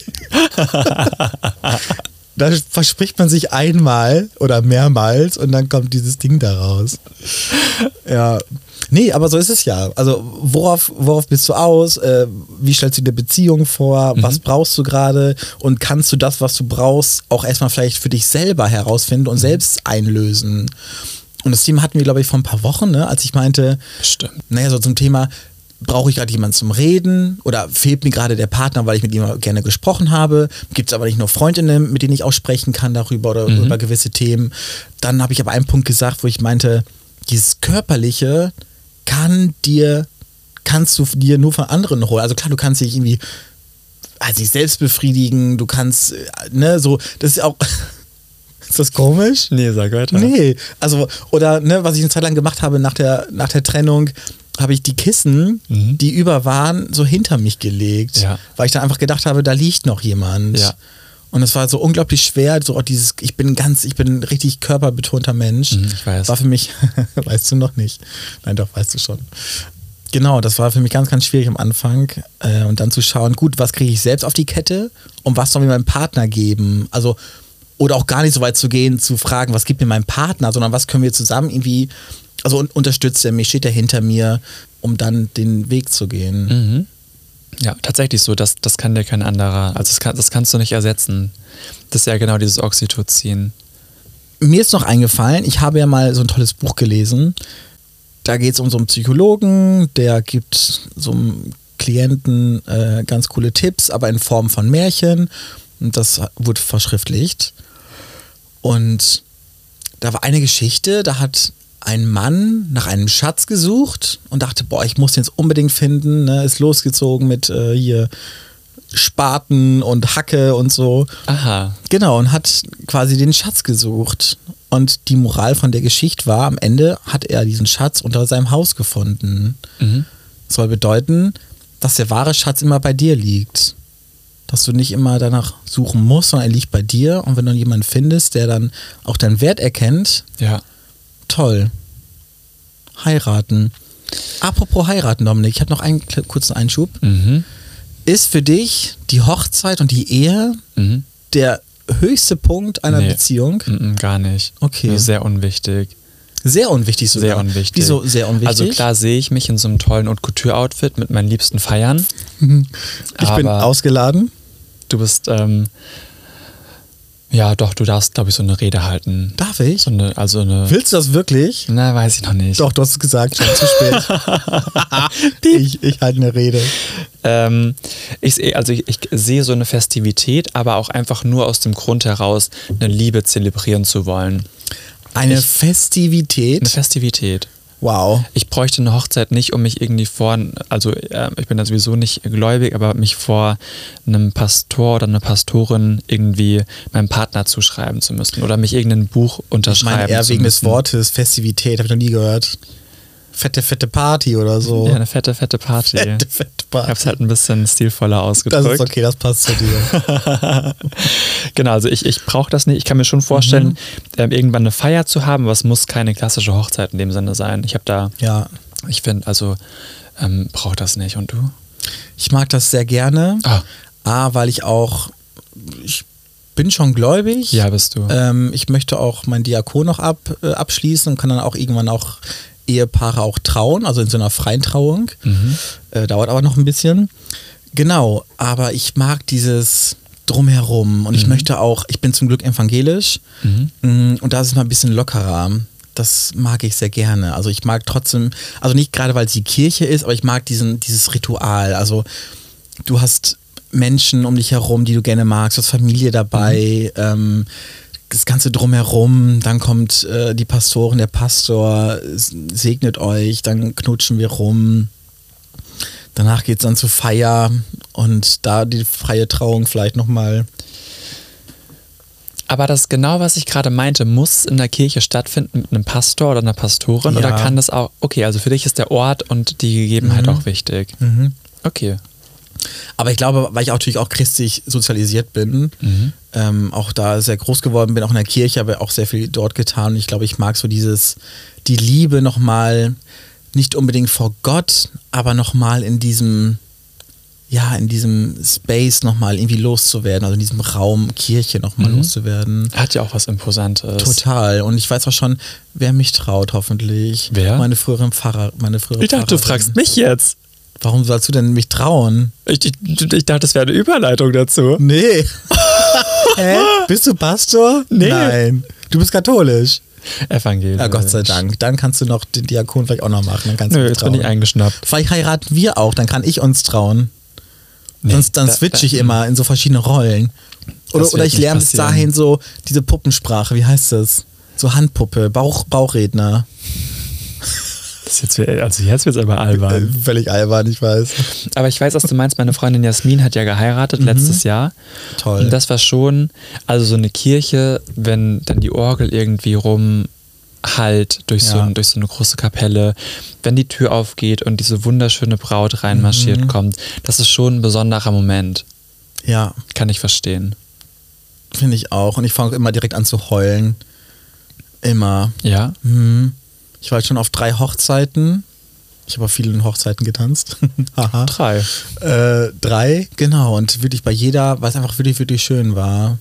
[SPEAKER 2] Da verspricht man sich einmal oder mehrmals und dann kommt dieses Ding da raus. Ja. Nee, aber so ist es ja. Also, worauf, worauf bist du aus? Äh, wie stellst du dir Beziehung
[SPEAKER 1] Mhm.
[SPEAKER 2] vor? Was brauchst du gerade? Und kannst du das, was du brauchst, auch erstmal vielleicht für dich selber herausfinden
[SPEAKER 1] Mhm.
[SPEAKER 2] und selbst einlösen? Und das Thema hatten wir, glaube ich, vor ein paar Wochen, ne? als ich meinte,
[SPEAKER 1] Stimmt.
[SPEAKER 2] naja, so zum Thema, brauche ich gerade jemanden zum Reden oder fehlt mir gerade der Partner, weil ich mit ihm gerne gesprochen habe? Gibt es aber nicht nur Freundinnen, mit denen ich auch sprechen kann darüber oder über gewisse Themen? Dann habe ich aber einen Punkt gesagt, wo ich meinte, dieses Körperliche kann dir, kannst du dir nur von anderen holen. Also klar, du kannst dich irgendwie also dich selbst befriedigen, du kannst, äh, ne, so, das ist auch, ist das komisch?
[SPEAKER 1] Nee, sag weiter.
[SPEAKER 2] Nee, also, oder ne, was ich eine Zeit lang gemacht habe nach der, nach der Trennung, habe ich die Kissen, die über waren, so hinter mich gelegt.
[SPEAKER 1] Mhm. Ja.
[SPEAKER 2] Weil ich dann einfach gedacht habe, da liegt noch jemand.
[SPEAKER 1] Ja.
[SPEAKER 2] Und es war so unglaublich schwer, so auch dieses, ich bin ganz, ich bin ein richtig körperbetonter Mensch.
[SPEAKER 1] Mhm, ich weiß.
[SPEAKER 2] War für mich, weißt du noch nicht. Nein, doch, weißt du schon. Genau, das war für mich ganz, ganz schwierig am Anfang. Äh, und dann zu schauen, gut, was kriege ich selbst auf die Kette und was soll mir mein Partner geben? Also, oder auch gar nicht so weit zu gehen, zu fragen, was gibt mir mein Partner, sondern was können wir zusammen irgendwie, also un unterstützt er mich, steht er hinter mir, um dann den Weg zu gehen.
[SPEAKER 1] Mhm. Ja, tatsächlich so, das, das kann dir kein anderer. Also das, kann, das kannst du nicht ersetzen. Das ist ja genau dieses Oxytocin.
[SPEAKER 2] mir ist noch eingefallen, ich habe ja mal so ein tolles Buch gelesen. Da geht es um so einen Psychologen, der gibt so einem Klienten äh, ganz coole Tipps, aber in Form von Märchen. Und das wurde verschriftlicht. Und da war eine Geschichte, da hat ein Mann nach einem Schatz gesucht und dachte, boah, ich muss den jetzt unbedingt finden. Ne? Ist losgezogen mit äh, hier Spaten und Hacke und so.
[SPEAKER 1] Aha.
[SPEAKER 2] Genau, und hat quasi den Schatz gesucht. Und die Moral von der Geschichte war, am Ende hat er diesen Schatz unter seinem Haus gefunden. Soll bedeuten, dass der wahre Schatz immer bei dir liegt. Dass du nicht immer danach suchen musst, sondern er liegt bei dir. Und wenn du jemanden findest, der dann auch deinen Wert erkennt,
[SPEAKER 1] Ja.
[SPEAKER 2] toll. Heiraten. Apropos heiraten, Dominik, ich habe noch einen kle- kurzen Einschub.
[SPEAKER 1] Mhm.
[SPEAKER 2] Ist für dich die Hochzeit und die Ehe
[SPEAKER 1] Mhm.
[SPEAKER 2] der höchste Punkt einer
[SPEAKER 1] Nee.
[SPEAKER 2] Beziehung?
[SPEAKER 1] Mhm, gar nicht.
[SPEAKER 2] Okay.
[SPEAKER 1] Nur Sehr unwichtig.
[SPEAKER 2] Sehr unwichtig sogar.
[SPEAKER 1] Sehr unwichtig.
[SPEAKER 2] Wieso sehr unwichtig?
[SPEAKER 1] Also klar sehe ich mich in so einem tollen Haute Couture-Outfit mit meinen Liebsten feiern.
[SPEAKER 2] ich bin
[SPEAKER 1] aber-
[SPEAKER 2] ausgeladen.
[SPEAKER 1] Du bist, ähm, ja doch, du darfst, glaube ich, so eine Rede halten.
[SPEAKER 2] Darf ich?
[SPEAKER 1] So eine, also eine.
[SPEAKER 2] Willst du das wirklich?
[SPEAKER 1] Na, weiß ich noch nicht.
[SPEAKER 2] Doch, du hast es gesagt, schon zu spät. ich ich halte eine Rede.
[SPEAKER 1] Ähm, ich, seh- also ich, ich sehe so eine Festivität, aber auch einfach nur aus dem Grund heraus, eine Liebe zelebrieren zu wollen.
[SPEAKER 2] Eine
[SPEAKER 1] Ich- Eine
[SPEAKER 2] Festivität.
[SPEAKER 1] Festivität.
[SPEAKER 2] Wow.
[SPEAKER 1] Ich bräuchte eine Hochzeit nicht, um mich irgendwie vor, also äh, ich bin da sowieso nicht gläubig, aber mich vor einem Pastor oder einer Pastorin irgendwie meinem Partner zuschreiben zu müssen oder mich irgendein Buch
[SPEAKER 2] Ich
[SPEAKER 1] unterschreiben
[SPEAKER 2] meine, eher
[SPEAKER 1] zu
[SPEAKER 2] wegen des
[SPEAKER 1] müssen.
[SPEAKER 2] Wortes Festivität, habe ich noch nie gehört. Fette, fette Party oder so.
[SPEAKER 1] Ja, eine fette, fette Party.
[SPEAKER 2] Fette, fette
[SPEAKER 1] Ich hab's
[SPEAKER 2] Party.
[SPEAKER 1] halt ein bisschen stilvoller ausgedrückt.
[SPEAKER 2] Das ist okay, das passt zu dir.
[SPEAKER 1] Genau, also ich, ich brauche das nicht. Ich kann mir schon vorstellen, ähm, irgendwann eine Feier zu haben, aber es muss keine klassische Hochzeit in dem Sinne sein. Ich habe da,
[SPEAKER 2] ja.
[SPEAKER 1] ich finde, also ähm, brauche das nicht. Und du?
[SPEAKER 2] Ich mag das sehr gerne.
[SPEAKER 1] Ah.
[SPEAKER 2] A, weil ich auch, ich bin schon gläubig.
[SPEAKER 1] Ja, bist du.
[SPEAKER 2] Ähm, ich möchte auch mein Diakon noch ab, äh, abschließen und kann dann auch irgendwann auch Ehepaare auch trauen, also in so einer freien Trauung. Äh, dauert aber noch ein bisschen. Genau, aber ich mag dieses Drumherum und ich möchte auch, ich bin zum Glück evangelisch Mm, und da ist es mal ein bisschen lockerer. Das mag ich sehr gerne. Also ich mag trotzdem, also nicht gerade, weil es die Kirche ist, aber ich mag diesen, dieses Ritual. Also du hast Menschen um dich herum, die du gerne magst, du hast Familie dabei, ähm, das Ganze drumherum, dann kommt äh, die Pastorin, der Pastor, s- segnet euch, dann knutschen wir rum. Danach geht es dann zur Feier und da die freie Trauung vielleicht nochmal.
[SPEAKER 1] Aber das genau, was ich gerade meinte, muss in der Kirche stattfinden mit einem Pastor oder einer Pastorin
[SPEAKER 2] Ja.
[SPEAKER 1] oder kann das auch, okay, also für dich ist der Ort und die Gegebenheit auch wichtig. Okay.
[SPEAKER 2] Aber ich glaube, weil ich auch natürlich auch christlich sozialisiert bin,
[SPEAKER 1] Mhm.
[SPEAKER 2] ähm, auch da sehr groß geworden bin, auch in der Kirche, habe auch sehr viel dort getan. Und ich glaube, ich mag so dieses, die Liebe nochmal, nicht unbedingt vor Gott, aber nochmal in diesem, ja, in diesem Space nochmal irgendwie loszuwerden, also in diesem Raum Kirche nochmal
[SPEAKER 1] Mhm.
[SPEAKER 2] loszuwerden.
[SPEAKER 1] Hat ja auch was Imposantes.
[SPEAKER 2] Total. Und ich weiß auch schon, wer mich traut, hoffentlich.
[SPEAKER 1] Wer?
[SPEAKER 2] Meine früheren Pfarrer. Meine frühere
[SPEAKER 1] Ich dachte, du
[SPEAKER 2] Pfarrerin.
[SPEAKER 1] fragst mich jetzt.
[SPEAKER 2] Warum sollst du denn mich trauen?
[SPEAKER 1] Ich, ich, ich dachte, das wäre eine Überleitung dazu.
[SPEAKER 2] Nee. Hä? Bist du Pastor?
[SPEAKER 1] Nee.
[SPEAKER 2] Nein. Du bist katholisch.
[SPEAKER 1] Evangelisch.
[SPEAKER 2] Ja, Gott sei Dank. Dann kannst du noch den Diakon vielleicht auch noch machen. Dann kannst du
[SPEAKER 1] Nö,
[SPEAKER 2] dich
[SPEAKER 1] jetzt
[SPEAKER 2] trauen.
[SPEAKER 1] bin ich eingeschnappt.
[SPEAKER 2] vielleicht heiraten wir auch, dann kann ich uns trauen. Sonst dann
[SPEAKER 1] da-
[SPEAKER 2] switch
[SPEAKER 1] da-
[SPEAKER 2] ich immer in so verschiedene Rollen. Oder,
[SPEAKER 1] wird
[SPEAKER 2] oder ich
[SPEAKER 1] nicht
[SPEAKER 2] lerne bis
[SPEAKER 1] passieren.
[SPEAKER 2] dahin so diese Puppensprache, wie heißt das? So Handpuppe, Bauch, Bauchredner.
[SPEAKER 1] Das ist jetzt, also jetzt wird es aber albern.
[SPEAKER 2] Völlig albern, ich weiß.
[SPEAKER 1] äh, Aber ich weiß, was du meinst. Meine Freundin Jasmin hat ja geheiratet letztes Jahr.
[SPEAKER 2] Toll.
[SPEAKER 1] Und das war schon, also so eine Kirche, wenn dann die Orgel irgendwie rumhallt durch, so
[SPEAKER 2] Ja.
[SPEAKER 1] ein, durch so eine große Kapelle, wenn die Tür aufgeht und diese wunderschöne Braut reinmarschiert kommt, das ist schon ein besonderer Moment.
[SPEAKER 2] Ja,
[SPEAKER 1] Kann ich verstehen.
[SPEAKER 2] finde ich auch. Und ich fange auch immer direkt an zu heulen. Immer.
[SPEAKER 1] Ja?
[SPEAKER 2] Mhm. Ich war jetzt schon auf drei Hochzeiten. Ich habe auf vielen Hochzeiten getanzt. Haha.
[SPEAKER 1] Drei.
[SPEAKER 2] Äh, drei, genau. Und wirklich bei jeder, weil es einfach wirklich, wirklich schön war.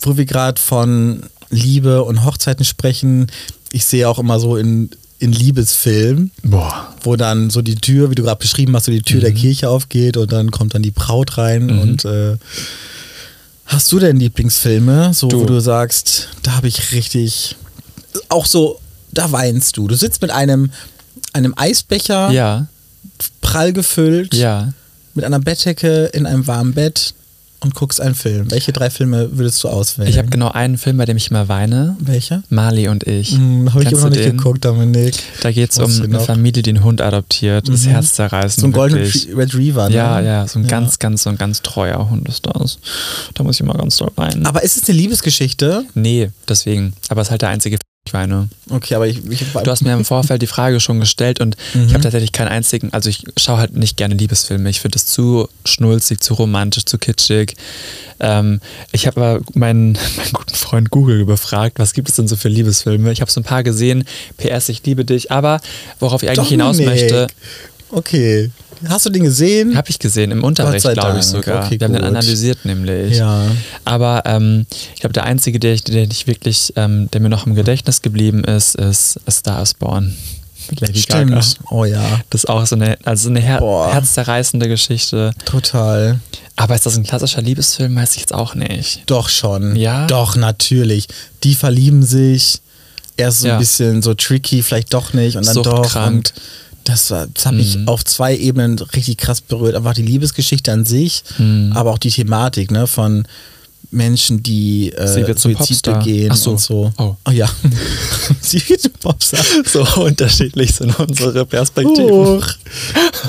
[SPEAKER 2] Wo wir gerade von Liebe und Hochzeiten sprechen, ich sehe auch immer so in, in Liebesfilmen,
[SPEAKER 1] Boah.
[SPEAKER 2] wo dann so die Tür, wie du gerade beschrieben hast, so die Tür
[SPEAKER 1] Mhm.
[SPEAKER 2] der Kirche aufgeht und dann kommt dann die Braut rein und äh, hast du denn Lieblingsfilme, so
[SPEAKER 1] Du.
[SPEAKER 2] wo du sagst, da habe ich richtig auch so, da weinst du. Du sitzt mit einem einem Eisbecher,
[SPEAKER 1] Ja,
[SPEAKER 2] prall gefüllt,
[SPEAKER 1] ja.
[SPEAKER 2] mit einer Bettdecke in einem warmen Bett und guckst einen Film. Welche drei Filme würdest du auswählen?
[SPEAKER 1] Ich habe genau einen Film, bei dem ich immer weine.
[SPEAKER 2] welche?
[SPEAKER 1] Marley und ich.
[SPEAKER 2] Hm, habe ich
[SPEAKER 1] Kennst
[SPEAKER 2] immer
[SPEAKER 1] du
[SPEAKER 2] noch nicht
[SPEAKER 1] den?
[SPEAKER 2] geguckt, Dominik.
[SPEAKER 1] Da geht es
[SPEAKER 2] Muss
[SPEAKER 1] um
[SPEAKER 2] ich
[SPEAKER 1] eine
[SPEAKER 2] noch. Mhm.
[SPEAKER 1] Familie, die einen Hund adoptiert. Das Herz zerreißen.
[SPEAKER 2] So ein Golden
[SPEAKER 1] wirklich.
[SPEAKER 2] Red Reaver, ne?
[SPEAKER 1] Ja, ja, so ein ganz, ganz, so ein ganz treuer Hund ist das. Da muss ich mal ganz doll weinen.
[SPEAKER 2] Aber ist es eine Liebesgeschichte?
[SPEAKER 1] nee, deswegen. Aber es ist halt der einzige, Film, den ich weine.
[SPEAKER 2] Okay, aber ich, ich
[SPEAKER 1] Du hast mir im Vorfeld die Frage schon gestellt und ich
[SPEAKER 2] Mhm.
[SPEAKER 1] habe tatsächlich keinen einzigen, also ich schaue halt nicht gerne Liebesfilme. Ich finde es zu schnulzig, zu romantisch, zu kitschig. Ähm, ich habe aber meinen, meinen guten Freund Google befragt, was gibt es denn so für Liebesfilme? Ich habe so ein paar gesehen. PS, ich liebe dich. Aber worauf ich eigentlich hinaus
[SPEAKER 2] Dominik.
[SPEAKER 1] möchte,
[SPEAKER 2] Okay. Hast du den gesehen?
[SPEAKER 1] Habe ich gesehen, im Unterricht,
[SPEAKER 2] sei
[SPEAKER 1] glaube ich
[SPEAKER 2] Dank.
[SPEAKER 1] sogar.
[SPEAKER 2] Okay,
[SPEAKER 1] Wir haben den
[SPEAKER 2] gut.
[SPEAKER 1] analysiert nämlich.
[SPEAKER 2] Ja.
[SPEAKER 1] Aber ähm, ich glaube, der einzige, der ich, der ich wirklich, ähm, der mir noch im Gedächtnis geblieben ist, ist A Star is Born. Mit Lady Gaga.
[SPEAKER 2] Stimmt. Oh ja,
[SPEAKER 1] Das ist auch so eine, also so eine her
[SPEAKER 2] Boah.
[SPEAKER 1] herzzerreißende Geschichte.
[SPEAKER 2] total.
[SPEAKER 1] Aber ist das ein klassischer Liebesfilm? Weiß ich jetzt auch nicht.
[SPEAKER 2] Doch schon.
[SPEAKER 1] Ja?
[SPEAKER 2] Doch, natürlich. Die verlieben sich. Erst so
[SPEAKER 1] Ja.
[SPEAKER 2] ein bisschen so tricky, vielleicht doch nicht. Und dann
[SPEAKER 1] Suchtkrank. Mhm.
[SPEAKER 2] doch. Und Das, war- das hat mich auf zwei Ebenen richtig krass berührt. Einfach die Liebesgeschichte an sich,
[SPEAKER 1] Mhm.
[SPEAKER 2] aber auch die Thematik ne, von Menschen, die
[SPEAKER 1] Sie
[SPEAKER 2] äh,
[SPEAKER 1] wird zum
[SPEAKER 2] Suizid
[SPEAKER 1] Popstar.
[SPEAKER 2] begehen
[SPEAKER 1] Ach so.
[SPEAKER 2] und so.
[SPEAKER 1] Oh.
[SPEAKER 2] ja. Sie wird zum Popstar.
[SPEAKER 1] So unterschiedlich sind unsere Perspektiven.
[SPEAKER 2] Huch.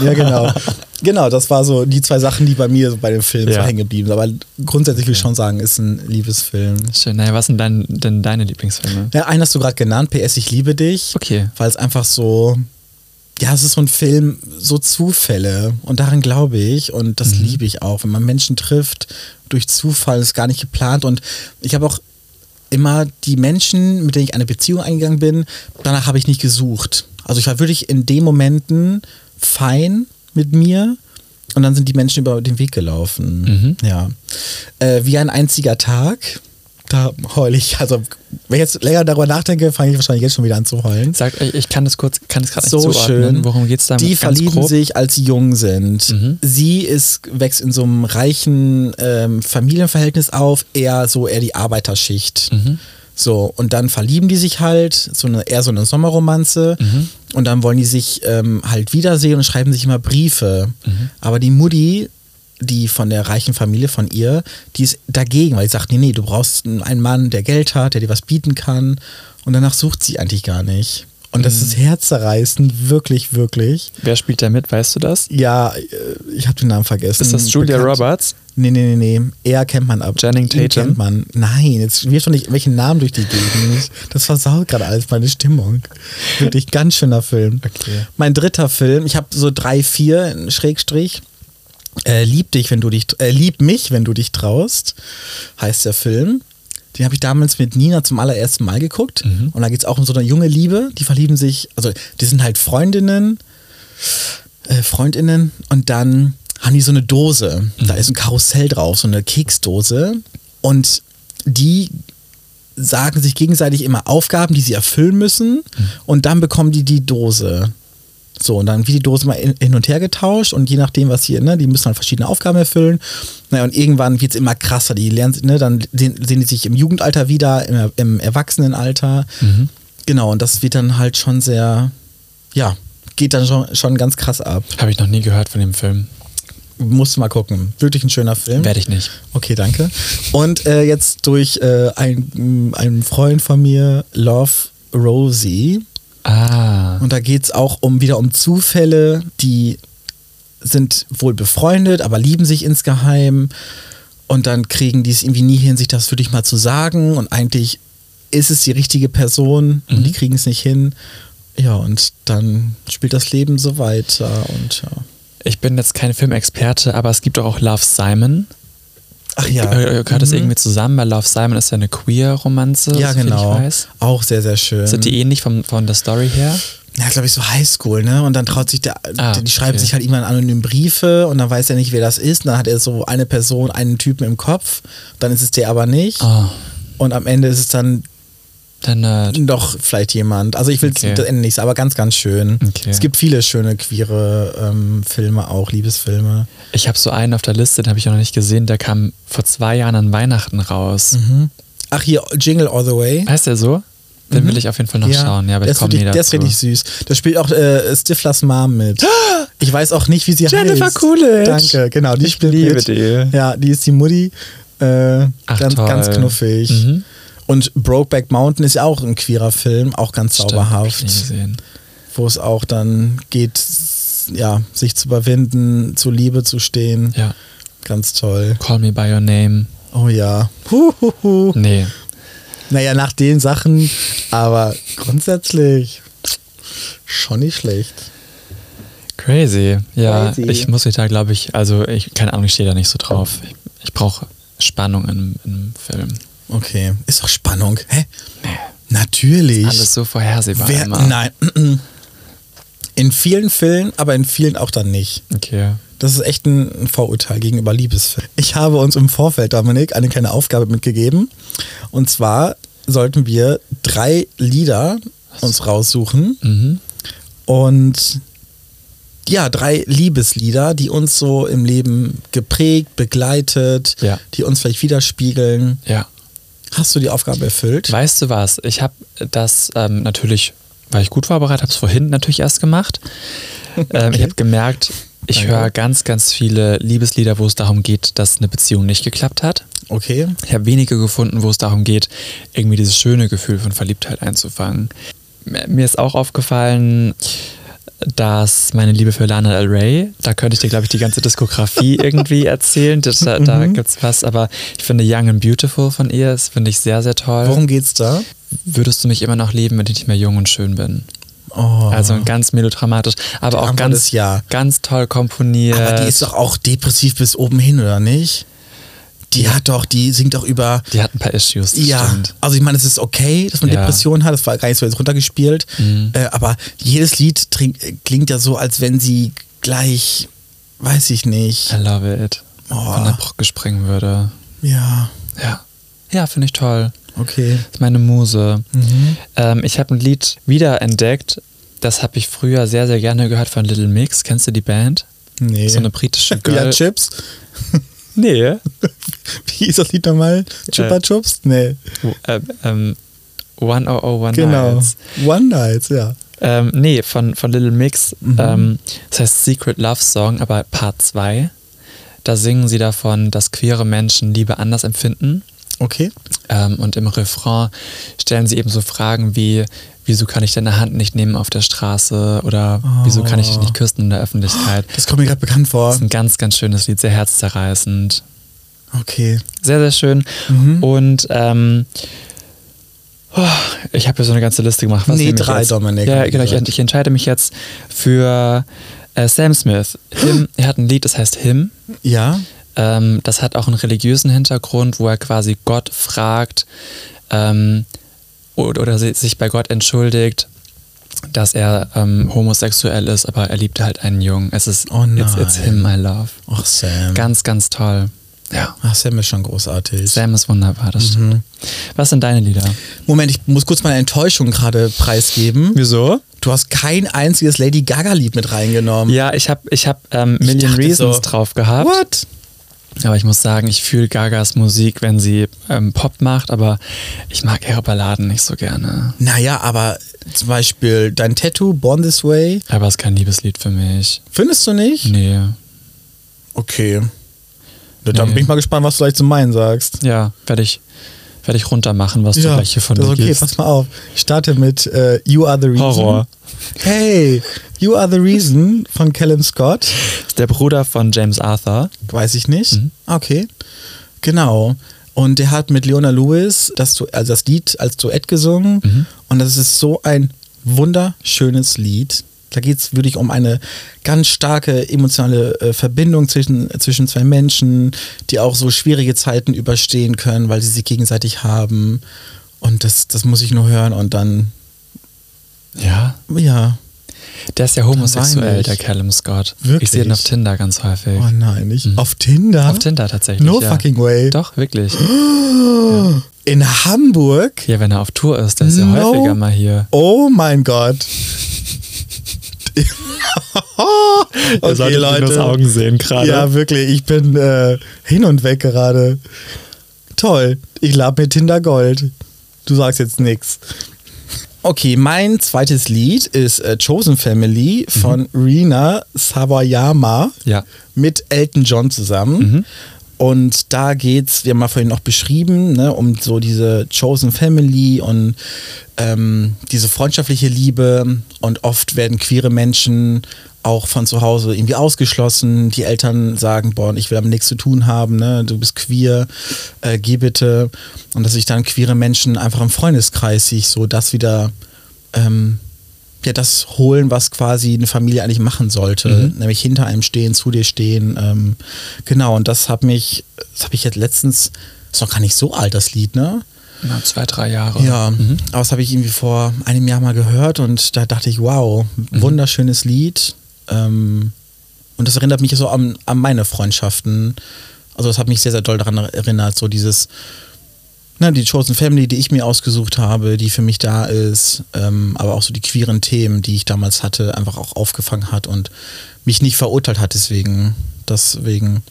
[SPEAKER 2] Ja, genau. genau, das war so die zwei Sachen, die bei mir so bei dem Film so
[SPEAKER 1] Ja.
[SPEAKER 2] hängen geblieben sind. Aber grundsätzlich will ich schon sagen, ist ein Liebesfilm.
[SPEAKER 1] Schön. Naja, was sind dein, denn deine Lieblingsfilme?
[SPEAKER 2] Ja, einen hast du gerade genannt, PS, ich liebe dich.
[SPEAKER 1] Okay.
[SPEAKER 2] Weil es einfach so, ja, es ist so ein Film, so Zufälle. Und daran glaube ich und das liebe ich auch. Wenn man Menschen trifft durch Zufall, ist gar nicht geplant. Und ich habe auch immer die Menschen, mit denen ich eine Beziehung eingegangen bin, danach habe ich nicht gesucht. Also ich war wirklich in den Momenten fein mit mir und dann sind die Menschen über den Weg gelaufen. Ja. Äh, wie ein einziger Tag. Da heul ich. Also, wenn ich jetzt länger darüber nachdenke, fange ich wahrscheinlich jetzt schon wieder an zu heulen.
[SPEAKER 1] Sag, ich ich kann das kurz, kann es gerade
[SPEAKER 2] So
[SPEAKER 1] nicht zuordnen.
[SPEAKER 2] schön.
[SPEAKER 1] Worum geht's da
[SPEAKER 2] Die
[SPEAKER 1] ganz
[SPEAKER 2] verlieben
[SPEAKER 1] grob?
[SPEAKER 2] sich, als sie jung sind. Sie ist, wächst in so einem reichen ähm, Familienverhältnis auf, eher so eher die Arbeiterschicht. So, und dann verlieben die sich halt, so eine, eher so eine Sommerromanze. Und dann wollen die sich ähm, halt wiedersehen und schreiben sich immer Briefe. Aber die Mutti, die von der reichen Familie von ihr, die ist dagegen, weil sie sagt, nee, nee, du brauchst einen Mann, der Geld hat, der dir was bieten kann. Und danach sucht sie eigentlich gar nicht. Und das ist herzzerreißend, wirklich, wirklich.
[SPEAKER 1] Wer spielt da mit? Weißt du das?
[SPEAKER 2] Ja, äh, ich habe den Namen vergessen.
[SPEAKER 1] Ist das Julia
[SPEAKER 2] Bekannt-
[SPEAKER 1] Roberts?
[SPEAKER 2] Nee, nee, nee, nee. Er kennt man ab.
[SPEAKER 1] Channing
[SPEAKER 2] Ihn
[SPEAKER 1] Tatum?
[SPEAKER 2] Kennt man. Nein, jetzt wirft doch nicht welchen Namen durch die Gegend. Das versaut gerade alles meine Stimmung. Wirklich ganz schöner Film.
[SPEAKER 1] Okay.
[SPEAKER 2] Mein dritter Film, ich habe so drei, vier in Schrägstrich. Äh, lieb dich, wenn du dich, äh, lieb mich, wenn du dich traust, heißt der Film. Den habe ich damals mit Nina zum allerersten Mal geguckt.
[SPEAKER 1] Mhm.
[SPEAKER 2] Und da geht es auch um so eine junge Liebe. Die verlieben sich, also die sind halt Freundinnen äh, Freundinnen und dann haben die so eine Dose. Da ist ein Karussell drauf, so eine Keksdose. Und die sagen sich gegenseitig immer Aufgaben, die sie erfüllen müssen. Und dann bekommen die die Dose. So, und dann wird die Dose mal hin- hin und her getauscht und je nachdem, was hier, ne, die müssen halt verschiedene Aufgaben erfüllen. Naja, und irgendwann wird es immer krasser. Die lernen, ne, dann sehen, sehen die sich im Jugendalter wieder, im, im Erwachsenenalter. Genau, und das wird dann halt schon sehr, ja, geht dann schon, schon ganz krass ab.
[SPEAKER 1] Habe ich noch nie gehört von dem Film.
[SPEAKER 2] Musst du mal gucken. Wirklich ein schöner Film.
[SPEAKER 1] Werde ich nicht.
[SPEAKER 2] Okay, danke. Und äh, jetzt durch äh, ein, mh, einen Freund von mir, Love Rosie.
[SPEAKER 1] Ah.
[SPEAKER 2] Und da geht es auch um wieder um Zufälle, die sind wohl befreundet, aber lieben sich insgeheim. Und dann kriegen die es irgendwie nie hin, sich das wirklich mal zu sagen. Und eigentlich ist es die richtige Person und
[SPEAKER 1] Mhm.
[SPEAKER 2] die kriegen es nicht hin. Ja, und dann spielt das Leben so weiter und ja.
[SPEAKER 1] Ich bin jetzt kein Filmexperte, aber es gibt doch auch Love Simon.
[SPEAKER 2] Ach
[SPEAKER 1] Äh, Gehört das irgendwie zusammen? Weil Love Simon ist ja eine Queer-Romanze,
[SPEAKER 2] Mhm. Ja,
[SPEAKER 1] soviel
[SPEAKER 2] genau. Ähm.
[SPEAKER 1] ich weiß.
[SPEAKER 2] Auch sehr, sehr schön.
[SPEAKER 1] Sind die ähnlich vom, von der Story her?
[SPEAKER 2] Ja, glaube ich, so Highschool, ne? Und dann traut sich der,
[SPEAKER 1] Ah,
[SPEAKER 2] die schreiben
[SPEAKER 1] okay.
[SPEAKER 2] sich halt irgendwann anonym Briefe und dann weiß er nicht, wer das ist. Und dann hat er so eine Person, einen Typen im Kopf. Dann ist es der aber nicht.
[SPEAKER 1] Oh,
[SPEAKER 2] Und am Ende ist es dann
[SPEAKER 1] der Nerd.
[SPEAKER 2] doch vielleicht jemand. Also ich will
[SPEAKER 1] Okay.
[SPEAKER 2] das Ende nicht, sagen, aber ganz, ganz schön.
[SPEAKER 1] Okay.
[SPEAKER 2] Es gibt viele schöne queere ähm, Filme auch, Liebesfilme.
[SPEAKER 1] Ich habe so einen auf der Liste, den habe ich noch nicht gesehen. Der kam vor zwei Jahren an Weihnachten raus.
[SPEAKER 2] Mhm. Ach hier, Jingle All the Way.
[SPEAKER 1] Heißt der so? Den will ich auf jeden Fall noch schauen. Ja, aber
[SPEAKER 2] Mhm. der,
[SPEAKER 1] ich
[SPEAKER 2] ist
[SPEAKER 1] komme nie
[SPEAKER 2] richtig, der ist
[SPEAKER 1] dazu.
[SPEAKER 2] richtig süß. Da spielt auch äh, Stiflers Mom mit. Ich weiß auch nicht, wie sie
[SPEAKER 1] Jennifer
[SPEAKER 2] heißt.
[SPEAKER 1] Coolidge.
[SPEAKER 2] Danke, genau. Die
[SPEAKER 1] Ich
[SPEAKER 2] spielt
[SPEAKER 1] liebe
[SPEAKER 2] mit.
[SPEAKER 1] die.
[SPEAKER 2] Ja, die ist die Mutti. Äh,
[SPEAKER 1] Ach,
[SPEAKER 2] ganz,
[SPEAKER 1] toll.
[SPEAKER 2] ganz knuffig.
[SPEAKER 1] Mhm.
[SPEAKER 2] Und Brokeback Mountain ist ja auch ein queerer Film, auch ganz
[SPEAKER 1] Stimmt, hab ich nie
[SPEAKER 2] zauberhaft,
[SPEAKER 1] gesehen.
[SPEAKER 2] wo es auch dann geht, ja, sich zu überwinden, zur Liebe zu stehen.
[SPEAKER 1] Ja.
[SPEAKER 2] Ganz toll.
[SPEAKER 1] Call Me By Your Name.
[SPEAKER 2] Oh ja. Huhuhu.
[SPEAKER 1] Nee.
[SPEAKER 2] Naja, nach den Sachen, aber grundsätzlich schon nicht schlecht.
[SPEAKER 1] Crazy. Ja,
[SPEAKER 2] Crazy.
[SPEAKER 1] ich muss mich da, glaube ich, also ich, keine Ahnung, ich stehe da nicht so drauf. Ich, ich brauche Spannung in, einem- in einem Film.
[SPEAKER 2] Okay. Ist doch Spannung. Hä? Natürlich.
[SPEAKER 1] Alles so vorhersehbar
[SPEAKER 2] Wer,
[SPEAKER 1] immer.
[SPEAKER 2] nein. In vielen Filmen, aber in vielen auch dann nicht.
[SPEAKER 1] Okay.
[SPEAKER 2] Das ist echt ein ein Vorurteil gegenüber Liebesfilmen. Ich habe uns im Vorfeld, Dominik, eine kleine Aufgabe mitgegeben. Und zwar sollten wir drei Lieder uns raussuchen.
[SPEAKER 1] Mhm.
[SPEAKER 2] Und ja, drei Liebeslieder, die uns so im Leben geprägt, begleitet,
[SPEAKER 1] Ja.
[SPEAKER 2] die uns vielleicht widerspiegeln.
[SPEAKER 1] Ja.
[SPEAKER 2] Hast du die Aufgabe erfüllt?
[SPEAKER 1] Weißt du was? Ich habe das ähm, natürlich war ich gut vorbereitet, habe es vorhin natürlich erst gemacht. Ähm, ich habe gemerkt, ich
[SPEAKER 2] Danke.
[SPEAKER 1] höre ganz, ganz viele Liebeslieder, wo es darum geht, dass eine Beziehung nicht geklappt hat.
[SPEAKER 2] Okay.
[SPEAKER 1] Ich habe wenige gefunden, wo es darum geht, irgendwie dieses schöne Gefühl von Verliebtheit einzufangen. M- Mir ist auch aufgefallen, dass meine Liebe für Lana Del Rey, da könnte ich dir, glaube ich, die ganze Diskografie irgendwie erzählen. Das, da da
[SPEAKER 2] Mhm.
[SPEAKER 1] gibt es was, aber ich finde Young and Beautiful von ihr, das finde ich sehr, sehr toll.
[SPEAKER 2] Worum geht's da?
[SPEAKER 1] Würdest du mich immer noch lieben, wenn ich nicht mehr jung und schön bin?
[SPEAKER 2] Oh.
[SPEAKER 1] Also ganz melodramatisch, aber auch
[SPEAKER 2] Drama
[SPEAKER 1] ganz,
[SPEAKER 2] des Jahr.
[SPEAKER 1] ganz toll komponiert.
[SPEAKER 2] Aber die ist doch auch depressiv bis oben hin, oder nicht? Die hat doch, die singt doch über.
[SPEAKER 1] Die hat ein paar Issues, das
[SPEAKER 2] Ja,
[SPEAKER 1] stimmt.
[SPEAKER 2] also ich meine, es ist okay, dass man
[SPEAKER 1] Ja. Mhm.
[SPEAKER 2] Depressionen hat, das war gar nicht so jetzt runtergespielt, äh, aber jedes Lied trink, äh, klingt ja so, als wenn sie gleich, weiß ich nicht,
[SPEAKER 1] I love it.
[SPEAKER 2] Oh.
[SPEAKER 1] Von der Brücke springen würde.
[SPEAKER 2] ja,
[SPEAKER 1] Ja. Ja, finde ich toll.
[SPEAKER 2] okay.
[SPEAKER 1] Das ist meine Muse.
[SPEAKER 2] Mhm.
[SPEAKER 1] Ähm, ich habe ein Lied wiederentdeckt. Das habe ich früher sehr, sehr gerne gehört von Little Mix. Kennst du die Band?
[SPEAKER 2] Nee.
[SPEAKER 1] So eine britische
[SPEAKER 2] ja,
[SPEAKER 1] Girl.
[SPEAKER 2] Chips.
[SPEAKER 1] nee.
[SPEAKER 2] Wie ist das Lied nochmal? Chupa
[SPEAKER 1] Äh,
[SPEAKER 2] Chups? Nee,
[SPEAKER 1] ähm, ähm, 1001
[SPEAKER 2] genau.
[SPEAKER 1] Nights.
[SPEAKER 2] One Nights, ja.
[SPEAKER 1] Ähm, nee, von, von Little Mix.
[SPEAKER 2] Mhm.
[SPEAKER 1] Ähm, das heißt Secret Love Song, aber Part 2. Da singen sie davon, dass queere Menschen Liebe anders empfinden.
[SPEAKER 2] Okay.
[SPEAKER 1] Ähm, und im Refrain stellen sie eben so Fragen wie, wieso kann ich deine Hand nicht nehmen auf der Straße oder wieso kann ich dich
[SPEAKER 2] Ah.
[SPEAKER 1] nicht küssen in der Öffentlichkeit.
[SPEAKER 2] Das kommt mir gerade bekannt
[SPEAKER 1] Das
[SPEAKER 2] vor.
[SPEAKER 1] ist ein ganz, ganz schönes Lied, sehr herzzerreißend.
[SPEAKER 2] Okay.
[SPEAKER 1] Sehr, sehr schön.
[SPEAKER 2] Mhm.
[SPEAKER 1] Und ähm, oh, ich habe hier so eine ganze Liste gemacht.
[SPEAKER 2] Nee,
[SPEAKER 1] nehme ich
[SPEAKER 2] drei,
[SPEAKER 1] jetzt?
[SPEAKER 2] Dominik,
[SPEAKER 1] Ja,
[SPEAKER 2] wie
[SPEAKER 1] genau. Ich,
[SPEAKER 2] gesagt.
[SPEAKER 1] ich entscheide mich jetzt für äh, Sam Smith. Him, er hat ein Lied, das heißt Him.
[SPEAKER 2] Ja.
[SPEAKER 1] Ähm, das hat auch einen religiösen Hintergrund, wo er quasi Gott fragt ähm, oder, oder si- sich bei Gott entschuldigt, dass er ähm, homosexuell ist, aber er liebte halt einen Jungen. Es ist
[SPEAKER 2] Oh
[SPEAKER 1] it's, it's
[SPEAKER 2] nein.
[SPEAKER 1] him I love.
[SPEAKER 2] Ach, Sam.
[SPEAKER 1] Ganz, ganz toll. Mhm. Ja. Mhm.
[SPEAKER 2] Ach, Sam ist schon großartig.
[SPEAKER 1] Sam ist wunderbar, das stimmt. Was sind deine Lieder?
[SPEAKER 2] Moment, ich muss kurz meine Enttäuschung gerade preisgeben.
[SPEAKER 1] Wieso?
[SPEAKER 2] Du hast kein einziges Lady Gaga-Lied mit reingenommen.
[SPEAKER 1] Ja, ich habe ich hab, ähm, Million
[SPEAKER 2] dachte
[SPEAKER 1] Reasons
[SPEAKER 2] so,
[SPEAKER 1] drauf gehabt.
[SPEAKER 2] What?
[SPEAKER 1] Aber ich muss sagen, ich fühle Gagas Musik, wenn sie ähm, Pop macht, aber ich mag ihre Balladen nicht so gerne.
[SPEAKER 2] Naja, aber zum Beispiel dein Tattoo, Born This Way,
[SPEAKER 1] Aber es ist kein Liebeslied für mich.
[SPEAKER 2] findest du nicht?
[SPEAKER 1] Nee.
[SPEAKER 2] Okay. Na, Dann
[SPEAKER 1] Nee.
[SPEAKER 2] bin ich mal gespannt, was du gleich zu meinen sagst.
[SPEAKER 1] Ja, werde ich, werd ich runtermachen, was du gleich hier von
[SPEAKER 2] das
[SPEAKER 1] mir
[SPEAKER 2] ist okay,
[SPEAKER 1] gibst.
[SPEAKER 2] pass mal auf. Ich starte mit äh, You Are The Reason.
[SPEAKER 1] Horror.
[SPEAKER 2] Hey, You Are The Reason von Callum Scott.
[SPEAKER 1] Ist Der Bruder von James Arthur.
[SPEAKER 2] Weiß ich nicht.
[SPEAKER 1] Mhm.
[SPEAKER 2] Okay. Genau. Und der hat mit Leona Lewis das, Du- also das Lied als Duett gesungen.
[SPEAKER 1] Mhm.
[SPEAKER 2] Und das ist so ein wunderschönes Lied. Da geht es wirklich um eine ganz starke emotionale äh, Verbindung zwischen, zwischen zwei Menschen, die auch so schwierige Zeiten überstehen können, weil sie sich gegenseitig haben. Und das, das muss ich nur hören und dann,
[SPEAKER 1] Ja.
[SPEAKER 2] ja.
[SPEAKER 1] Der ist ja homosexuell,
[SPEAKER 2] ich.
[SPEAKER 1] der Callum Scott.
[SPEAKER 2] Wirklich?
[SPEAKER 1] Ich sehe ihn auf Tinder ganz häufig.
[SPEAKER 2] Oh nein, nicht. Auf Tinder?
[SPEAKER 1] Mhm. Auf Tinder tatsächlich.
[SPEAKER 2] No
[SPEAKER 1] ja.
[SPEAKER 2] fucking way.
[SPEAKER 1] Doch, wirklich.
[SPEAKER 2] In Hamburg?
[SPEAKER 1] Ja, wenn er auf Tour ist, der ist ja
[SPEAKER 2] No.
[SPEAKER 1] häufiger mal hier.
[SPEAKER 2] Oh mein Gott. okay, Leute.
[SPEAKER 1] sehen gerade.
[SPEAKER 2] Ja, wirklich. Ich bin äh, hin und weg gerade. Toll. Ich lade mir Tinder Gold. Du sagst jetzt nix. Okay, mein zweites Lied ist äh, Chosen Family von Rina Sawayama
[SPEAKER 1] Mhm. Ja.
[SPEAKER 2] mit Elton John zusammen. Und da geht's, wir haben mal vorhin noch beschrieben, ne, um so diese Chosen Family und ähm, diese freundschaftliche Liebe. Und oft werden queere Menschen auch von zu Hause irgendwie ausgeschlossen. Die Eltern sagen, boah, ich will damit nichts zu tun haben, ne? du bist queer, äh, geh bitte. Und dass sich dann queere Menschen einfach im Freundeskreis sich so das wieder ähm, ja, das holen, was quasi eine Familie eigentlich machen sollte, nämlich hinter einem stehen, zu dir stehen. Ähm, genau, und das hat mich, das habe ich jetzt letztens, ist noch gar nicht so alt, das Lied, ne?
[SPEAKER 1] Na, zwei, drei Jahre. Mhm.
[SPEAKER 2] Ja, aber das habe ich irgendwie vor einem Jahr mal gehört und da dachte ich, wow,
[SPEAKER 1] Mhm.
[SPEAKER 2] wunderschönes Lied. Ähm, und das erinnert mich so an, an meine Freundschaften. Also das hat mich sehr, sehr doll daran erinnert, so dieses, ne, die Chosen Family, die ich mir ausgesucht habe, die für mich da ist, ähm, aber auch so die queeren Themen, die ich damals hatte, einfach auch aufgefangen hat und mich nicht verurteilt hat deswegen. Deswegen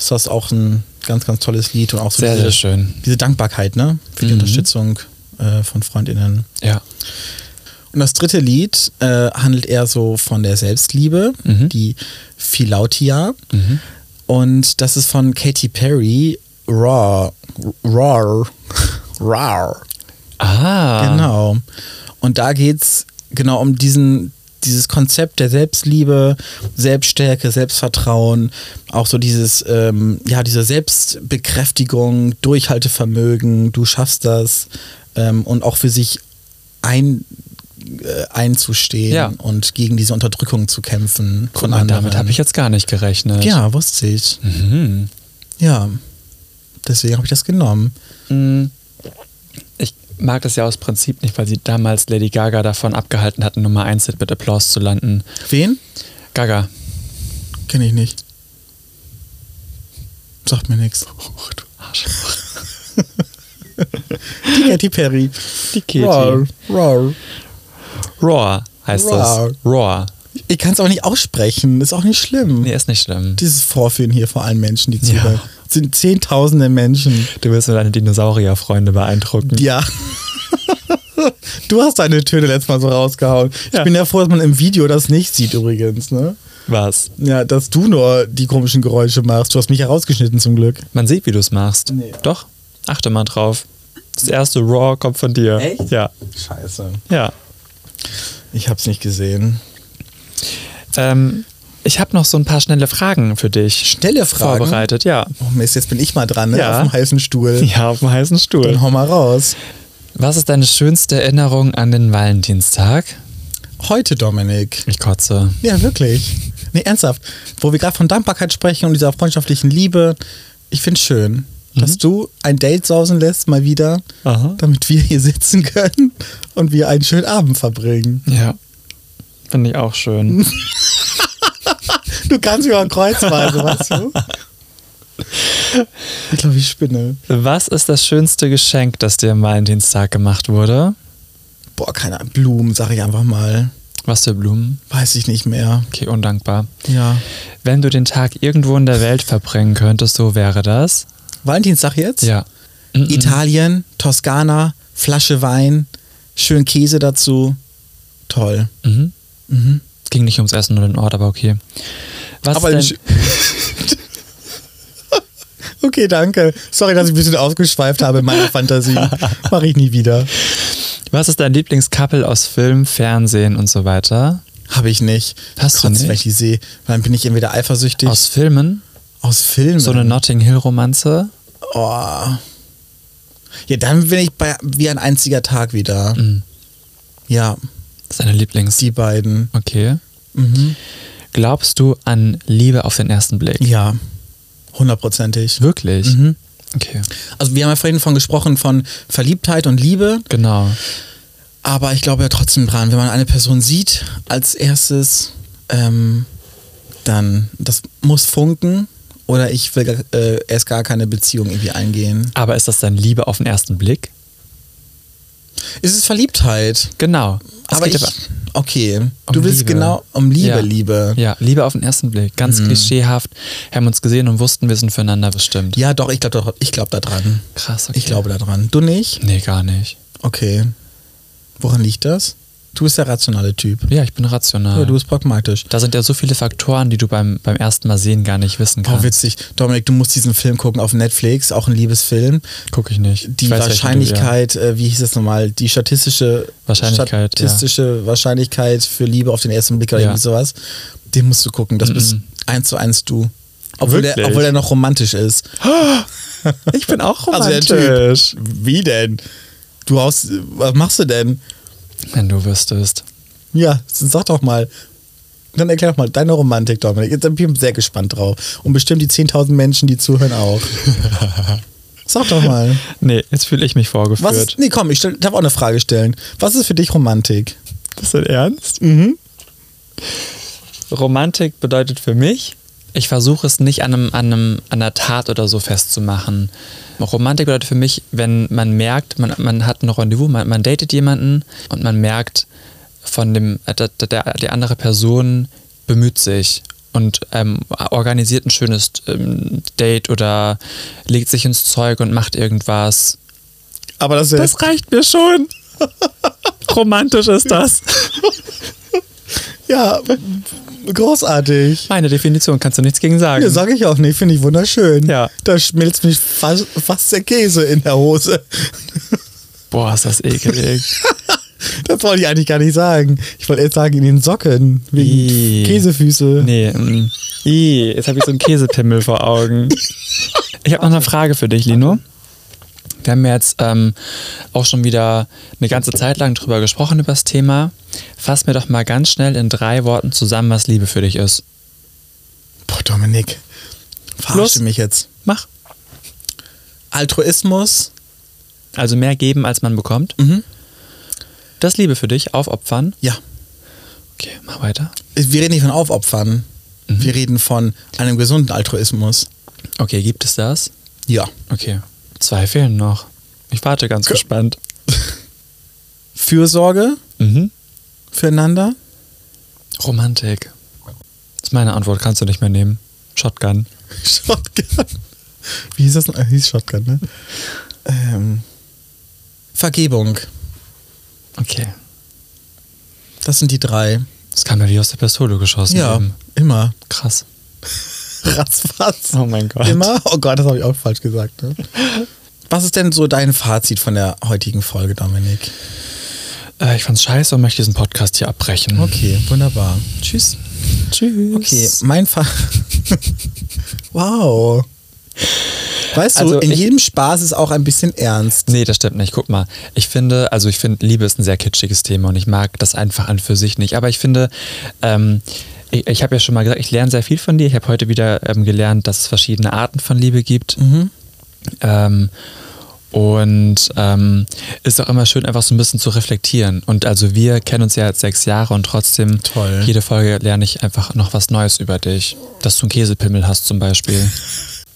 [SPEAKER 2] ist das auch ein ganz, ganz tolles Lied und auch so
[SPEAKER 1] Sehr,
[SPEAKER 2] diese,
[SPEAKER 1] sehr schön.
[SPEAKER 2] diese Dankbarkeit, ne? Für die
[SPEAKER 1] Mhm.
[SPEAKER 2] Unterstützung äh, von FreundInnen.
[SPEAKER 1] Ja.
[SPEAKER 2] Und das dritte Lied äh, handelt eher so von der Selbstliebe,
[SPEAKER 1] Mhm.
[SPEAKER 2] die Philautia. Und das ist von Katy Perry, Raw. Raw. Raw.
[SPEAKER 1] Ah.
[SPEAKER 2] Genau. Und da geht es genau um diesen, dieses Konzept der Selbstliebe, Selbststärke, Selbstvertrauen, auch so dieses, ähm, ja, diese Selbstbekräftigung, Durchhaltevermögen, du schaffst das ähm, und auch für sich ein, äh, einzustehen
[SPEAKER 1] Ja.
[SPEAKER 2] und gegen diese Unterdrückung zu kämpfen.
[SPEAKER 1] Guck mal, damit habe ich jetzt gar nicht gerechnet.
[SPEAKER 2] Ja, wusste ich.
[SPEAKER 1] Mhm.
[SPEAKER 2] Ja. Deswegen habe ich das genommen.
[SPEAKER 1] Mm. Ich mag das ja aus Prinzip nicht, weil sie damals Lady Gaga davon abgehalten hatten, Nummer 1 Hit mit Applaus zu landen.
[SPEAKER 2] Wen?
[SPEAKER 1] Gaga.
[SPEAKER 2] Kenne ich nicht. Sagt mir nichts.
[SPEAKER 1] Och, du Arschloch.
[SPEAKER 2] Die Katy Perry.
[SPEAKER 1] Die
[SPEAKER 2] Roar, roar.
[SPEAKER 1] Roar heißt
[SPEAKER 2] Roar.
[SPEAKER 1] das. Roar.
[SPEAKER 2] Ich kann es auch nicht aussprechen, ist auch nicht schlimm.
[SPEAKER 1] Nee, ist nicht schlimm.
[SPEAKER 2] Dieses Vorführen hier vor allen Menschen, die
[SPEAKER 1] Ja.
[SPEAKER 2] zuhören. Es sind zehntausende Menschen.
[SPEAKER 1] Du willst nur deine Dinosaurierfreunde beeindrucken.
[SPEAKER 2] Ja. Du hast deine Töne letztes Mal so rausgehauen. Ich
[SPEAKER 1] Ja.
[SPEAKER 2] bin ja froh, dass man im Video das nicht sieht übrigens, ne?
[SPEAKER 1] Was?
[SPEAKER 2] Ja, dass du nur die komischen Geräusche machst. Du hast mich ja rausgeschnitten zum Glück.
[SPEAKER 1] Man sieht, wie du es machst.
[SPEAKER 2] Nee.
[SPEAKER 1] Doch, achte mal drauf. Das erste Roar kommt von dir.
[SPEAKER 2] Echt?
[SPEAKER 1] Ja.
[SPEAKER 2] Scheiße.
[SPEAKER 1] Ja.
[SPEAKER 2] Ich hab's nicht gesehen.
[SPEAKER 1] Ähm, ich habe noch so ein paar schnelle Fragen für dich.
[SPEAKER 2] Schnelle Fragen?
[SPEAKER 1] Vorbereitet, ja.
[SPEAKER 2] Oh Mist, jetzt bin ich mal dran, ne?
[SPEAKER 1] Ja.
[SPEAKER 2] Auf dem heißen Stuhl.
[SPEAKER 1] Ja, auf dem heißen
[SPEAKER 2] Dann
[SPEAKER 1] Stuhl.
[SPEAKER 2] hau mal raus.
[SPEAKER 1] Was ist deine schönste Erinnerung an den Valentinstag?
[SPEAKER 2] Heute, Dominik.
[SPEAKER 1] Ich kotze.
[SPEAKER 2] Ja, wirklich. Nee, ernsthaft. Wo wir gerade von Dankbarkeit sprechen und dieser freundschaftlichen Liebe. Ich finde schön, dass du ein Date sausen lässt, mal wieder,
[SPEAKER 1] Mhm. Aha.
[SPEAKER 2] damit wir hier sitzen können und wir einen schönen Abend verbringen.
[SPEAKER 1] Ja. Finde ich auch schön.
[SPEAKER 2] Du kannst mir auch kreuzweise, weißt du? Ich glaube, ich spinne.
[SPEAKER 1] Was ist das schönste Geschenk, das dir am Valentinstag gemacht wurde?
[SPEAKER 2] Boah, keine Ahnung. Blumen, sag ich einfach mal.
[SPEAKER 1] Was für Blumen?
[SPEAKER 2] Weiß ich nicht mehr.
[SPEAKER 1] Okay, undankbar.
[SPEAKER 2] Ja.
[SPEAKER 1] Wenn du den Tag irgendwo in der Welt verbringen könntest, so wäre das?
[SPEAKER 2] Valentinstag jetzt?
[SPEAKER 1] Ja. Mhm.
[SPEAKER 2] Italien, Toskana, Flasche Wein, schön Käse dazu. Toll.
[SPEAKER 1] Mhm. Ging nicht ums Essen oder den Ort, aber okay. Was
[SPEAKER 2] Aber
[SPEAKER 1] ist
[SPEAKER 2] ich- Okay, danke. Sorry, dass ich ein bisschen ausgeschweift habe in meiner Fantasie. Mache ich nie wieder.
[SPEAKER 1] Was ist dein Lieblingscouple aus Film, Fernsehen und so weiter?
[SPEAKER 2] Habe ich nicht.
[SPEAKER 1] Hast du
[SPEAKER 2] Trotz,
[SPEAKER 1] nicht?
[SPEAKER 2] Wenn ich die sehe, dann bin ich entweder eifersüchtig aus,
[SPEAKER 1] Aus Filmen?
[SPEAKER 2] Filmen.
[SPEAKER 1] So eine Notting Hill Romanze?
[SPEAKER 2] oh. Ja, dann bin ich bei wie ein einziger Tag wieder.
[SPEAKER 1] Mhm.
[SPEAKER 2] Ja,
[SPEAKER 1] Das ist deine Lieblings.
[SPEAKER 2] die beiden.
[SPEAKER 1] Okay.
[SPEAKER 2] Mhm.
[SPEAKER 1] Glaubst du an Liebe auf den ersten Blick?
[SPEAKER 2] Ja, hundertprozentig.
[SPEAKER 1] Wirklich?
[SPEAKER 2] Mhm.
[SPEAKER 1] Okay.
[SPEAKER 2] Also wir haben ja vorhin von gesprochen von Verliebtheit und Liebe.
[SPEAKER 1] Genau.
[SPEAKER 2] Aber ich glaube ja trotzdem dran, wenn man eine Person sieht als erstes, ähm, dann das muss funken oder ich will gar- äh, erst gar keine Beziehung irgendwie eingehen.
[SPEAKER 1] Aber ist das dann Liebe auf den ersten Blick?
[SPEAKER 2] Es ist Verliebtheit.
[SPEAKER 1] Genau. Es
[SPEAKER 2] aber
[SPEAKER 1] geht Um
[SPEAKER 2] ich, okay, du willst
[SPEAKER 1] Liebe.
[SPEAKER 2] genau um Liebe,
[SPEAKER 1] Ja.
[SPEAKER 2] Liebe. Ja.
[SPEAKER 1] Ja, Liebe auf den ersten Blick. Ganz
[SPEAKER 2] Mhm.
[SPEAKER 1] klischeehaft. Haben uns gesehen und wussten, wir sind füreinander bestimmt.
[SPEAKER 2] doch, ich glaube ich glaub da dran.
[SPEAKER 1] Krass, okay.
[SPEAKER 2] Ich glaube da dran. Du nicht?
[SPEAKER 1] Nee, gar nicht.
[SPEAKER 2] Okay. Woran liegt das? Du bist der rationale Typ.
[SPEAKER 1] Ja, ich bin rational.
[SPEAKER 2] Ja, du bist pragmatisch.
[SPEAKER 1] da sind ja so viele Faktoren, die du beim, beim ersten Mal sehen gar nicht wissen
[SPEAKER 2] Oh,
[SPEAKER 1] kannst.
[SPEAKER 2] witzig. Dominik, du musst diesen Film gucken auf Netflix, auch ein Liebesfilm.
[SPEAKER 1] Guck ich nicht.
[SPEAKER 2] die
[SPEAKER 1] Ich weiß, welchen Du, ja.
[SPEAKER 2] Wahrscheinlichkeit, äh, wie hieß das nochmal, die statistische
[SPEAKER 1] Wahrscheinlichkeit, ja.
[SPEAKER 2] statistische Wahrscheinlichkeit für Liebe auf den ersten Blick oder
[SPEAKER 1] Ja. Mhm.
[SPEAKER 2] irgendwie sowas, den musst du gucken. Das bist eins zu eins du. Obwohl der,
[SPEAKER 1] Wirklich?
[SPEAKER 2] obwohl der noch romantisch ist.
[SPEAKER 1] Ich bin auch
[SPEAKER 2] Also der
[SPEAKER 1] romantisch.
[SPEAKER 2] Typ. Wie denn? Du haust, was machst du denn?
[SPEAKER 1] Wenn du wüsstest.
[SPEAKER 2] Ja, sag doch mal. Dann erklär doch mal deine Romantik, Dominik. Jetzt bin ich sehr gespannt drauf. Und bestimmt die 10.000 Menschen, die zuhören, auch. sag doch mal.
[SPEAKER 1] Nee, jetzt fühle ich mich vorgeführt.
[SPEAKER 2] Was ist, nee, komm, ich stell- darf auch eine Frage stellen. Was ist für dich Romantik?
[SPEAKER 1] Das ist dein Ernst? Romantik bedeutet für mich, ich versuche es nicht an, einem, an, einem, an einer Tat oder so festzumachen. Romantik bedeutet für mich, wenn man merkt, man, man hat ein Rendezvous, man, man datet jemanden und man merkt, von dem, äh, der, der, die andere Person bemüht sich und ähm, organisiert ein schönes ähm, Date oder legt sich ins Zeug und macht irgendwas.
[SPEAKER 2] Aber das ist ja
[SPEAKER 1] reicht mir schon. romantisch ist das?
[SPEAKER 2] Ja, großartig.
[SPEAKER 1] Meine Definition, kannst du nichts gegen sagen.
[SPEAKER 2] Ja, sag ich auch nicht, finde ich wunderschön.
[SPEAKER 1] Ja.
[SPEAKER 2] Da schmilzt mich fast, fast der Käse in der Hose.
[SPEAKER 1] Boah, ist das ekelig.
[SPEAKER 2] Das wollte ich eigentlich gar nicht sagen. Ich wollte jetzt sagen, in den Socken. Wegen
[SPEAKER 1] Ih.
[SPEAKER 2] Käsefüße.
[SPEAKER 1] Nee, mm. Ih, jetzt habe ich so einen Käsepimmel vor Augen. Ich habe noch eine Frage für dich, Lino. Wir haben ja jetzt ähm, auch schon wieder eine ganze Zeit lang drüber gesprochen, über das Thema. Fass mir doch mal ganz schnell in drei Worten zusammen, was Liebe für dich ist.
[SPEAKER 2] Boah, Dominik. Verarsche
[SPEAKER 1] Los.
[SPEAKER 2] mich jetzt.
[SPEAKER 1] Mach.
[SPEAKER 2] Altruismus.
[SPEAKER 1] Also mehr geben, als man bekommt.
[SPEAKER 2] Mhm.
[SPEAKER 1] Das Liebe für dich, aufopfern.
[SPEAKER 2] Ja.
[SPEAKER 1] Okay, mach weiter.
[SPEAKER 2] Wir reden nicht von Aufopfern. Wir reden von einem gesunden Altruismus.
[SPEAKER 1] Okay, gibt es das?
[SPEAKER 2] Ja.
[SPEAKER 1] Okay. Zwei fehlen noch. Ich warte ganz
[SPEAKER 2] Ge-
[SPEAKER 1] gespannt.
[SPEAKER 2] Fürsorge
[SPEAKER 1] Mhm.
[SPEAKER 2] füreinander.
[SPEAKER 1] Romantik. Das ist meine Antwort, kannst du nicht mehr nehmen. Shotgun.
[SPEAKER 2] Shotgun. Wie hieß das? denn? Hieß Shotgun, ne? Ähm, Vergebung.
[SPEAKER 1] Okay.
[SPEAKER 2] Das sind die drei.
[SPEAKER 1] Das kam ja wie aus der Pistole geschossen.
[SPEAKER 2] Ja,
[SPEAKER 1] eben.
[SPEAKER 2] immer.
[SPEAKER 1] Krass.
[SPEAKER 2] Ratzfatz.
[SPEAKER 1] Oh mein Gott.
[SPEAKER 2] Immer? Oh Gott, das habe ich auch falsch gesagt. Ne? Was ist denn so dein Fazit von der heutigen Folge, Dominik?
[SPEAKER 1] Äh, ich fand's scheiße und möchte diesen Podcast hier abbrechen.
[SPEAKER 2] Okay, wunderbar.
[SPEAKER 1] Tschüss. Tschüss.
[SPEAKER 2] Okay, mein Fazit. wow. Weißt du,
[SPEAKER 1] Also
[SPEAKER 2] in
[SPEAKER 1] ich-
[SPEAKER 2] jedem Spaß ist auch ein bisschen Ernst.
[SPEAKER 1] Nee, das stimmt nicht. Guck mal, ich finde, also ich finde, Liebe ist ein sehr kitschiges Thema und ich mag das einfach an für sich nicht. Aber ich finde, ähm, ich, ich habe ja schon mal gesagt, ich lerne sehr viel von dir. Ich habe heute wieder ähm, gelernt, dass es verschiedene Arten von Liebe gibt. Ähm, und ähm, ist auch immer schön, einfach so ein bisschen zu reflektieren. Und also wir kennen uns ja jetzt sechs Jahre und trotzdem
[SPEAKER 2] Toll.
[SPEAKER 1] jede Folge lerne ich einfach noch was Neues über dich. Dass du einen Käsepimmel hast zum Beispiel.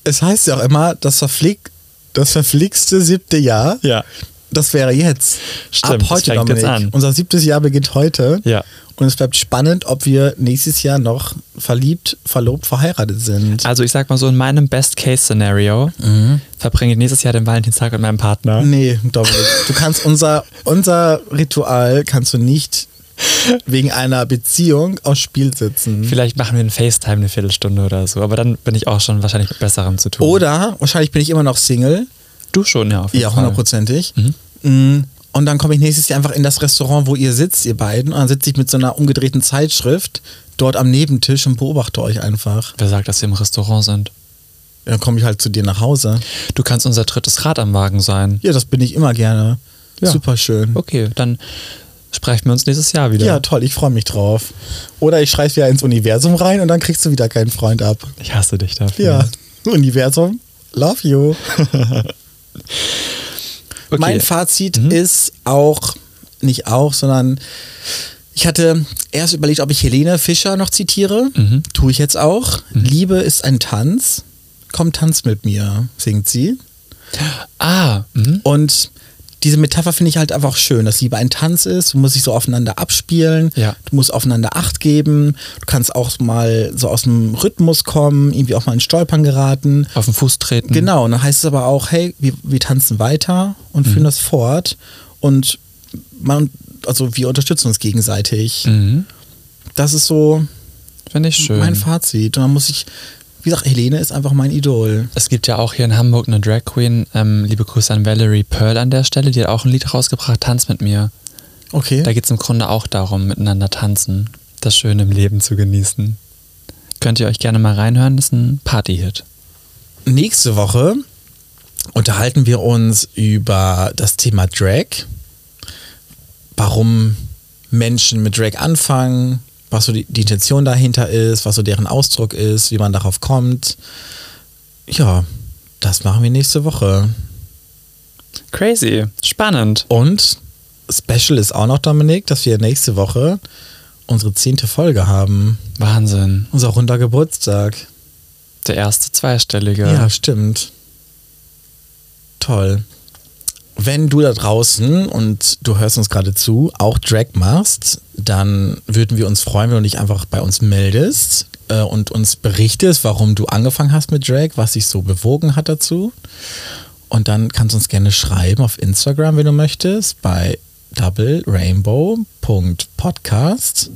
[SPEAKER 2] Es heißt ja auch immer, das, verfliegt, das verflixte siebte Jahr.
[SPEAKER 1] Ja.
[SPEAKER 2] Das wäre jetzt.
[SPEAKER 1] Stimmt,
[SPEAKER 2] Ab
[SPEAKER 1] das
[SPEAKER 2] heute,
[SPEAKER 1] fängt
[SPEAKER 2] Dominik.
[SPEAKER 1] jetzt an.
[SPEAKER 2] Unser siebtes Jahr beginnt heute.
[SPEAKER 1] Ja.
[SPEAKER 2] Und es bleibt spannend, ob wir nächstes Jahr noch verliebt, verlobt, verheiratet sind.
[SPEAKER 1] Also ich sag mal so, in meinem Best-Case-Szenario
[SPEAKER 2] Mhm.
[SPEAKER 1] verbringe ich nächstes Jahr den Valentinstag mit meinem Partner.
[SPEAKER 2] Nee, Dominik. Du kannst unser, unser Ritual kannst du nicht wegen einer Beziehung aufs Spiel setzen.
[SPEAKER 1] Vielleicht machen wir einen FaceTime eine Viertelstunde oder so, aber dann bin ich auch schon wahrscheinlich mit Besserem zu tun.
[SPEAKER 2] Oder, wahrscheinlich bin ich immer noch Single.
[SPEAKER 1] du schon, ja, Mhm. auf jeden
[SPEAKER 2] Ja,
[SPEAKER 1] Fall.
[SPEAKER 2] hundertprozentig. Mm, Und dann komme ich nächstes Jahr einfach in das Restaurant, wo ihr sitzt, ihr beiden. Und dann sitze ich mit so einer umgedrehten Zeitschrift dort am Nebentisch und beobachte euch einfach.
[SPEAKER 1] Wer sagt, dass wir im Restaurant sind?
[SPEAKER 2] Dann komme ich halt zu dir nach Hause.
[SPEAKER 1] Du kannst unser drittes Rad am Wagen sein.
[SPEAKER 2] Ja, das bin ich immer gerne.
[SPEAKER 1] Ja.
[SPEAKER 2] Super schön.
[SPEAKER 1] Okay, dann sprechen wir uns nächstes Jahr wieder.
[SPEAKER 2] Mhm. Ja, toll, ich freue mich drauf. Oder ich schreibe wieder ins Universum rein und dann kriegst du wieder keinen Freund ab.
[SPEAKER 1] Ich hasse dich dafür.
[SPEAKER 2] Ja, Universum, love you.
[SPEAKER 1] Okay. Mhm.
[SPEAKER 2] Mein Fazit ist auch, nicht auch, sondern ich hatte erst überlegt, ob ich Helene Fischer noch zitiere.
[SPEAKER 1] Mhm.
[SPEAKER 2] Tue ich jetzt auch. Liebe ist ein Tanz. Komm, tanz mit mir, singt sie.
[SPEAKER 1] ah, mhm.
[SPEAKER 2] Und diese Metapher finde ich halt einfach schön, dass Liebe ein Tanz ist. Du musst dich so aufeinander abspielen.
[SPEAKER 1] Ja.
[SPEAKER 2] Du musst aufeinander Acht geben. Du kannst auch mal so aus dem Rhythmus kommen, irgendwie auch mal in Stolpern geraten.
[SPEAKER 1] auf den Fuß treten.
[SPEAKER 2] Genau, und dann heißt es aber auch, hey, wir, wir tanzen weiter und
[SPEAKER 1] Mhm.
[SPEAKER 2] führen das fort und man, also wir unterstützen uns gegenseitig.
[SPEAKER 1] Mhm.
[SPEAKER 2] Das ist so
[SPEAKER 1] Finde ich schön.
[SPEAKER 2] mein Fazit. Und dann muss ich, wie gesagt, Helene ist einfach mein Idol.
[SPEAKER 1] Es gibt ja auch hier in Hamburg eine Drag Queen, ähm, liebe Grüße an Valerie Pearl an der Stelle, die hat auch ein Lied rausgebracht, Tanz mit mir.
[SPEAKER 2] Okay.
[SPEAKER 1] Da geht es im Grunde auch darum, miteinander tanzen, das Schöne im Leben zu genießen. Könnt ihr euch gerne mal reinhören, das ist ein Party-Hit.
[SPEAKER 2] Nächste Woche unterhalten wir uns über das Thema Drag, warum Menschen mit Drag anfangen, was so die, die Intention dahinter ist, was so deren Ausdruck ist, wie man darauf kommt. Ja, das machen wir nächste Woche.
[SPEAKER 1] Crazy, spannend.
[SPEAKER 2] Und Special ist auch noch, Dominik, dass wir nächste Woche unsere zehnte Folge haben.
[SPEAKER 1] Wahnsinn.
[SPEAKER 2] Unser runder Geburtstag.
[SPEAKER 1] Der erste zweistellige.
[SPEAKER 2] Ja, stimmt. Toll. Wenn du da draußen und du hörst uns gerade zu, auch Drag machst, dann würden wir uns freuen, wenn du dich einfach bei uns meldest äh, und uns berichtest, warum du angefangen hast mit Drag, was dich so bewogen hat dazu. Und dann kannst du uns gerne schreiben auf Instagram, wenn du möchtest, bei Double Rainbow. Podcast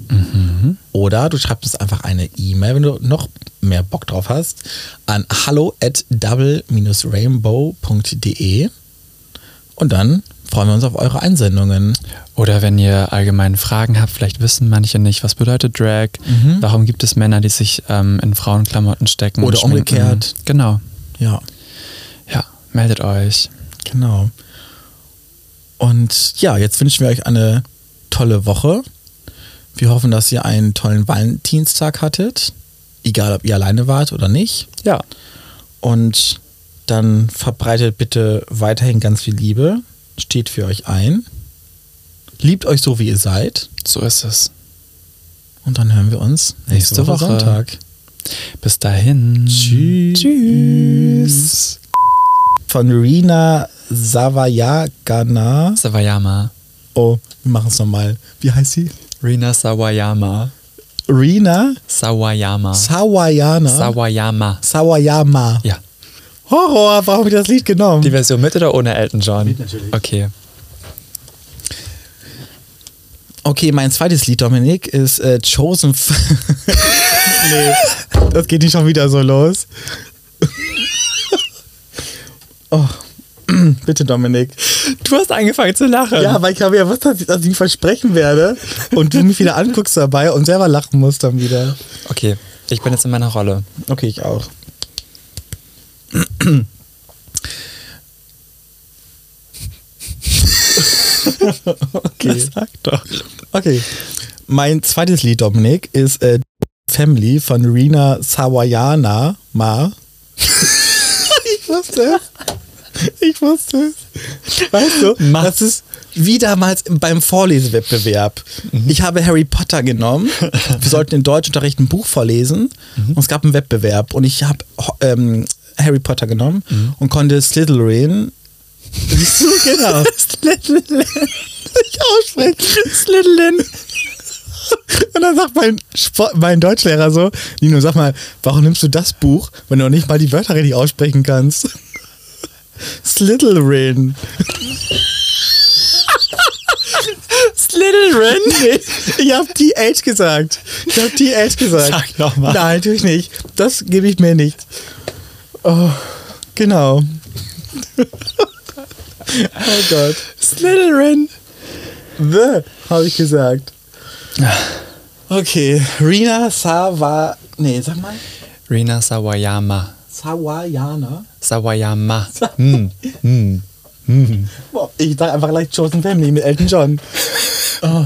[SPEAKER 2] oder du schreibst uns einfach eine E-Mail, wenn du noch mehr Bock drauf hast, an hallo at double-rainbow.de und dann freuen wir uns auf eure Einsendungen.
[SPEAKER 1] Oder wenn ihr allgemein Fragen habt, vielleicht wissen manche nicht, was bedeutet Drag, warum gibt es Männer, die sich ähm, in Frauenklamotten stecken. und
[SPEAKER 2] Mhm. Oder
[SPEAKER 1] schminken?
[SPEAKER 2] umgekehrt.
[SPEAKER 1] Genau.
[SPEAKER 2] Ja,
[SPEAKER 1] Ja, meldet euch.
[SPEAKER 2] genau. Und ja, jetzt wünschen wir euch eine tolle Woche. Wir hoffen, dass ihr einen tollen Valentinstag hattet, egal ob ihr alleine wart oder nicht.
[SPEAKER 1] Ja.
[SPEAKER 2] Und dann verbreitet bitte weiterhin ganz viel Liebe. Steht für euch ein. Liebt euch so, wie ihr seid.
[SPEAKER 1] So ist es.
[SPEAKER 2] Und dann hören wir uns nächste,
[SPEAKER 1] Nächste
[SPEAKER 2] Woche
[SPEAKER 1] Woche.
[SPEAKER 2] Sonntag.
[SPEAKER 1] Bis dahin.
[SPEAKER 2] Tschüss.
[SPEAKER 1] Tschüss.
[SPEAKER 2] Von Rina Sawayagana.
[SPEAKER 1] Sawayama.
[SPEAKER 2] Oh, wir machen es nochmal. Wie heißt sie?
[SPEAKER 1] Rina Sawayama.
[SPEAKER 2] Rina
[SPEAKER 1] Sawayama.
[SPEAKER 2] Sawayana.
[SPEAKER 1] Sawayama.
[SPEAKER 2] Sawayama.
[SPEAKER 1] Ja.
[SPEAKER 2] Horror, warum habe ich das Lied genommen?
[SPEAKER 1] Die Version mit oder ohne Elton John? Mit
[SPEAKER 2] natürlich.
[SPEAKER 1] Okay.
[SPEAKER 2] Okay, mein zweites Lied, Dominik, ist äh, Chosen. F nee, das geht nicht schon wieder so los. oh, bitte, Dominik.
[SPEAKER 1] Du hast angefangen zu lachen.
[SPEAKER 2] Ja, weil ich habe ja was, dass ich dass ich ihm versprechen werde und du mich wieder anguckst dabei und selber lachen musst dann wieder.
[SPEAKER 1] Okay. Ich bin jetzt in meiner Rolle.
[SPEAKER 2] Okay, ich auch. okay.
[SPEAKER 1] Sag doch.
[SPEAKER 2] Okay. Mein zweites Lied, Dominik, ist äh, Family von Rina Sawayana Ma. ich wusste es. Ich wusste es. Weißt du,
[SPEAKER 1] Ma.
[SPEAKER 2] das ist wie damals beim Vorlesewettbewerb. Ich habe Harry Potter genommen. Wir sollten in Deutschunterricht ein Buch vorlesen und es gab einen Wettbewerb und ich habe ho- ähm, Harry Potter genommen und konnte Slytherin. Siehst du, genau. Slytherin. Ich aussprechen. Slytherin. Und dann sagt mein, Sport, mein Deutschlehrer so, Nino, sag mal, warum nimmst du das Buch, wenn du noch nicht mal die Wörter richtig aussprechen kannst? Slytherin.
[SPEAKER 1] Slytherin.
[SPEAKER 2] Nee, ich hab TH gesagt. Ich hab TH gesagt.
[SPEAKER 1] Sag doch mal.
[SPEAKER 2] Nein, tue ich nicht. Das gebe ich mir nicht. Oh, genau. oh Gott.
[SPEAKER 1] Slytherin.
[SPEAKER 2] The, habe ich gesagt. Okay, Rina Sawa... Nee, sag mal.
[SPEAKER 1] Rina Sawayama.
[SPEAKER 2] Sawayana.
[SPEAKER 1] Sawayama. Hm. Hm.
[SPEAKER 2] Boah, Ich sag einfach gleich Chosen Family mit Elton John. Oh.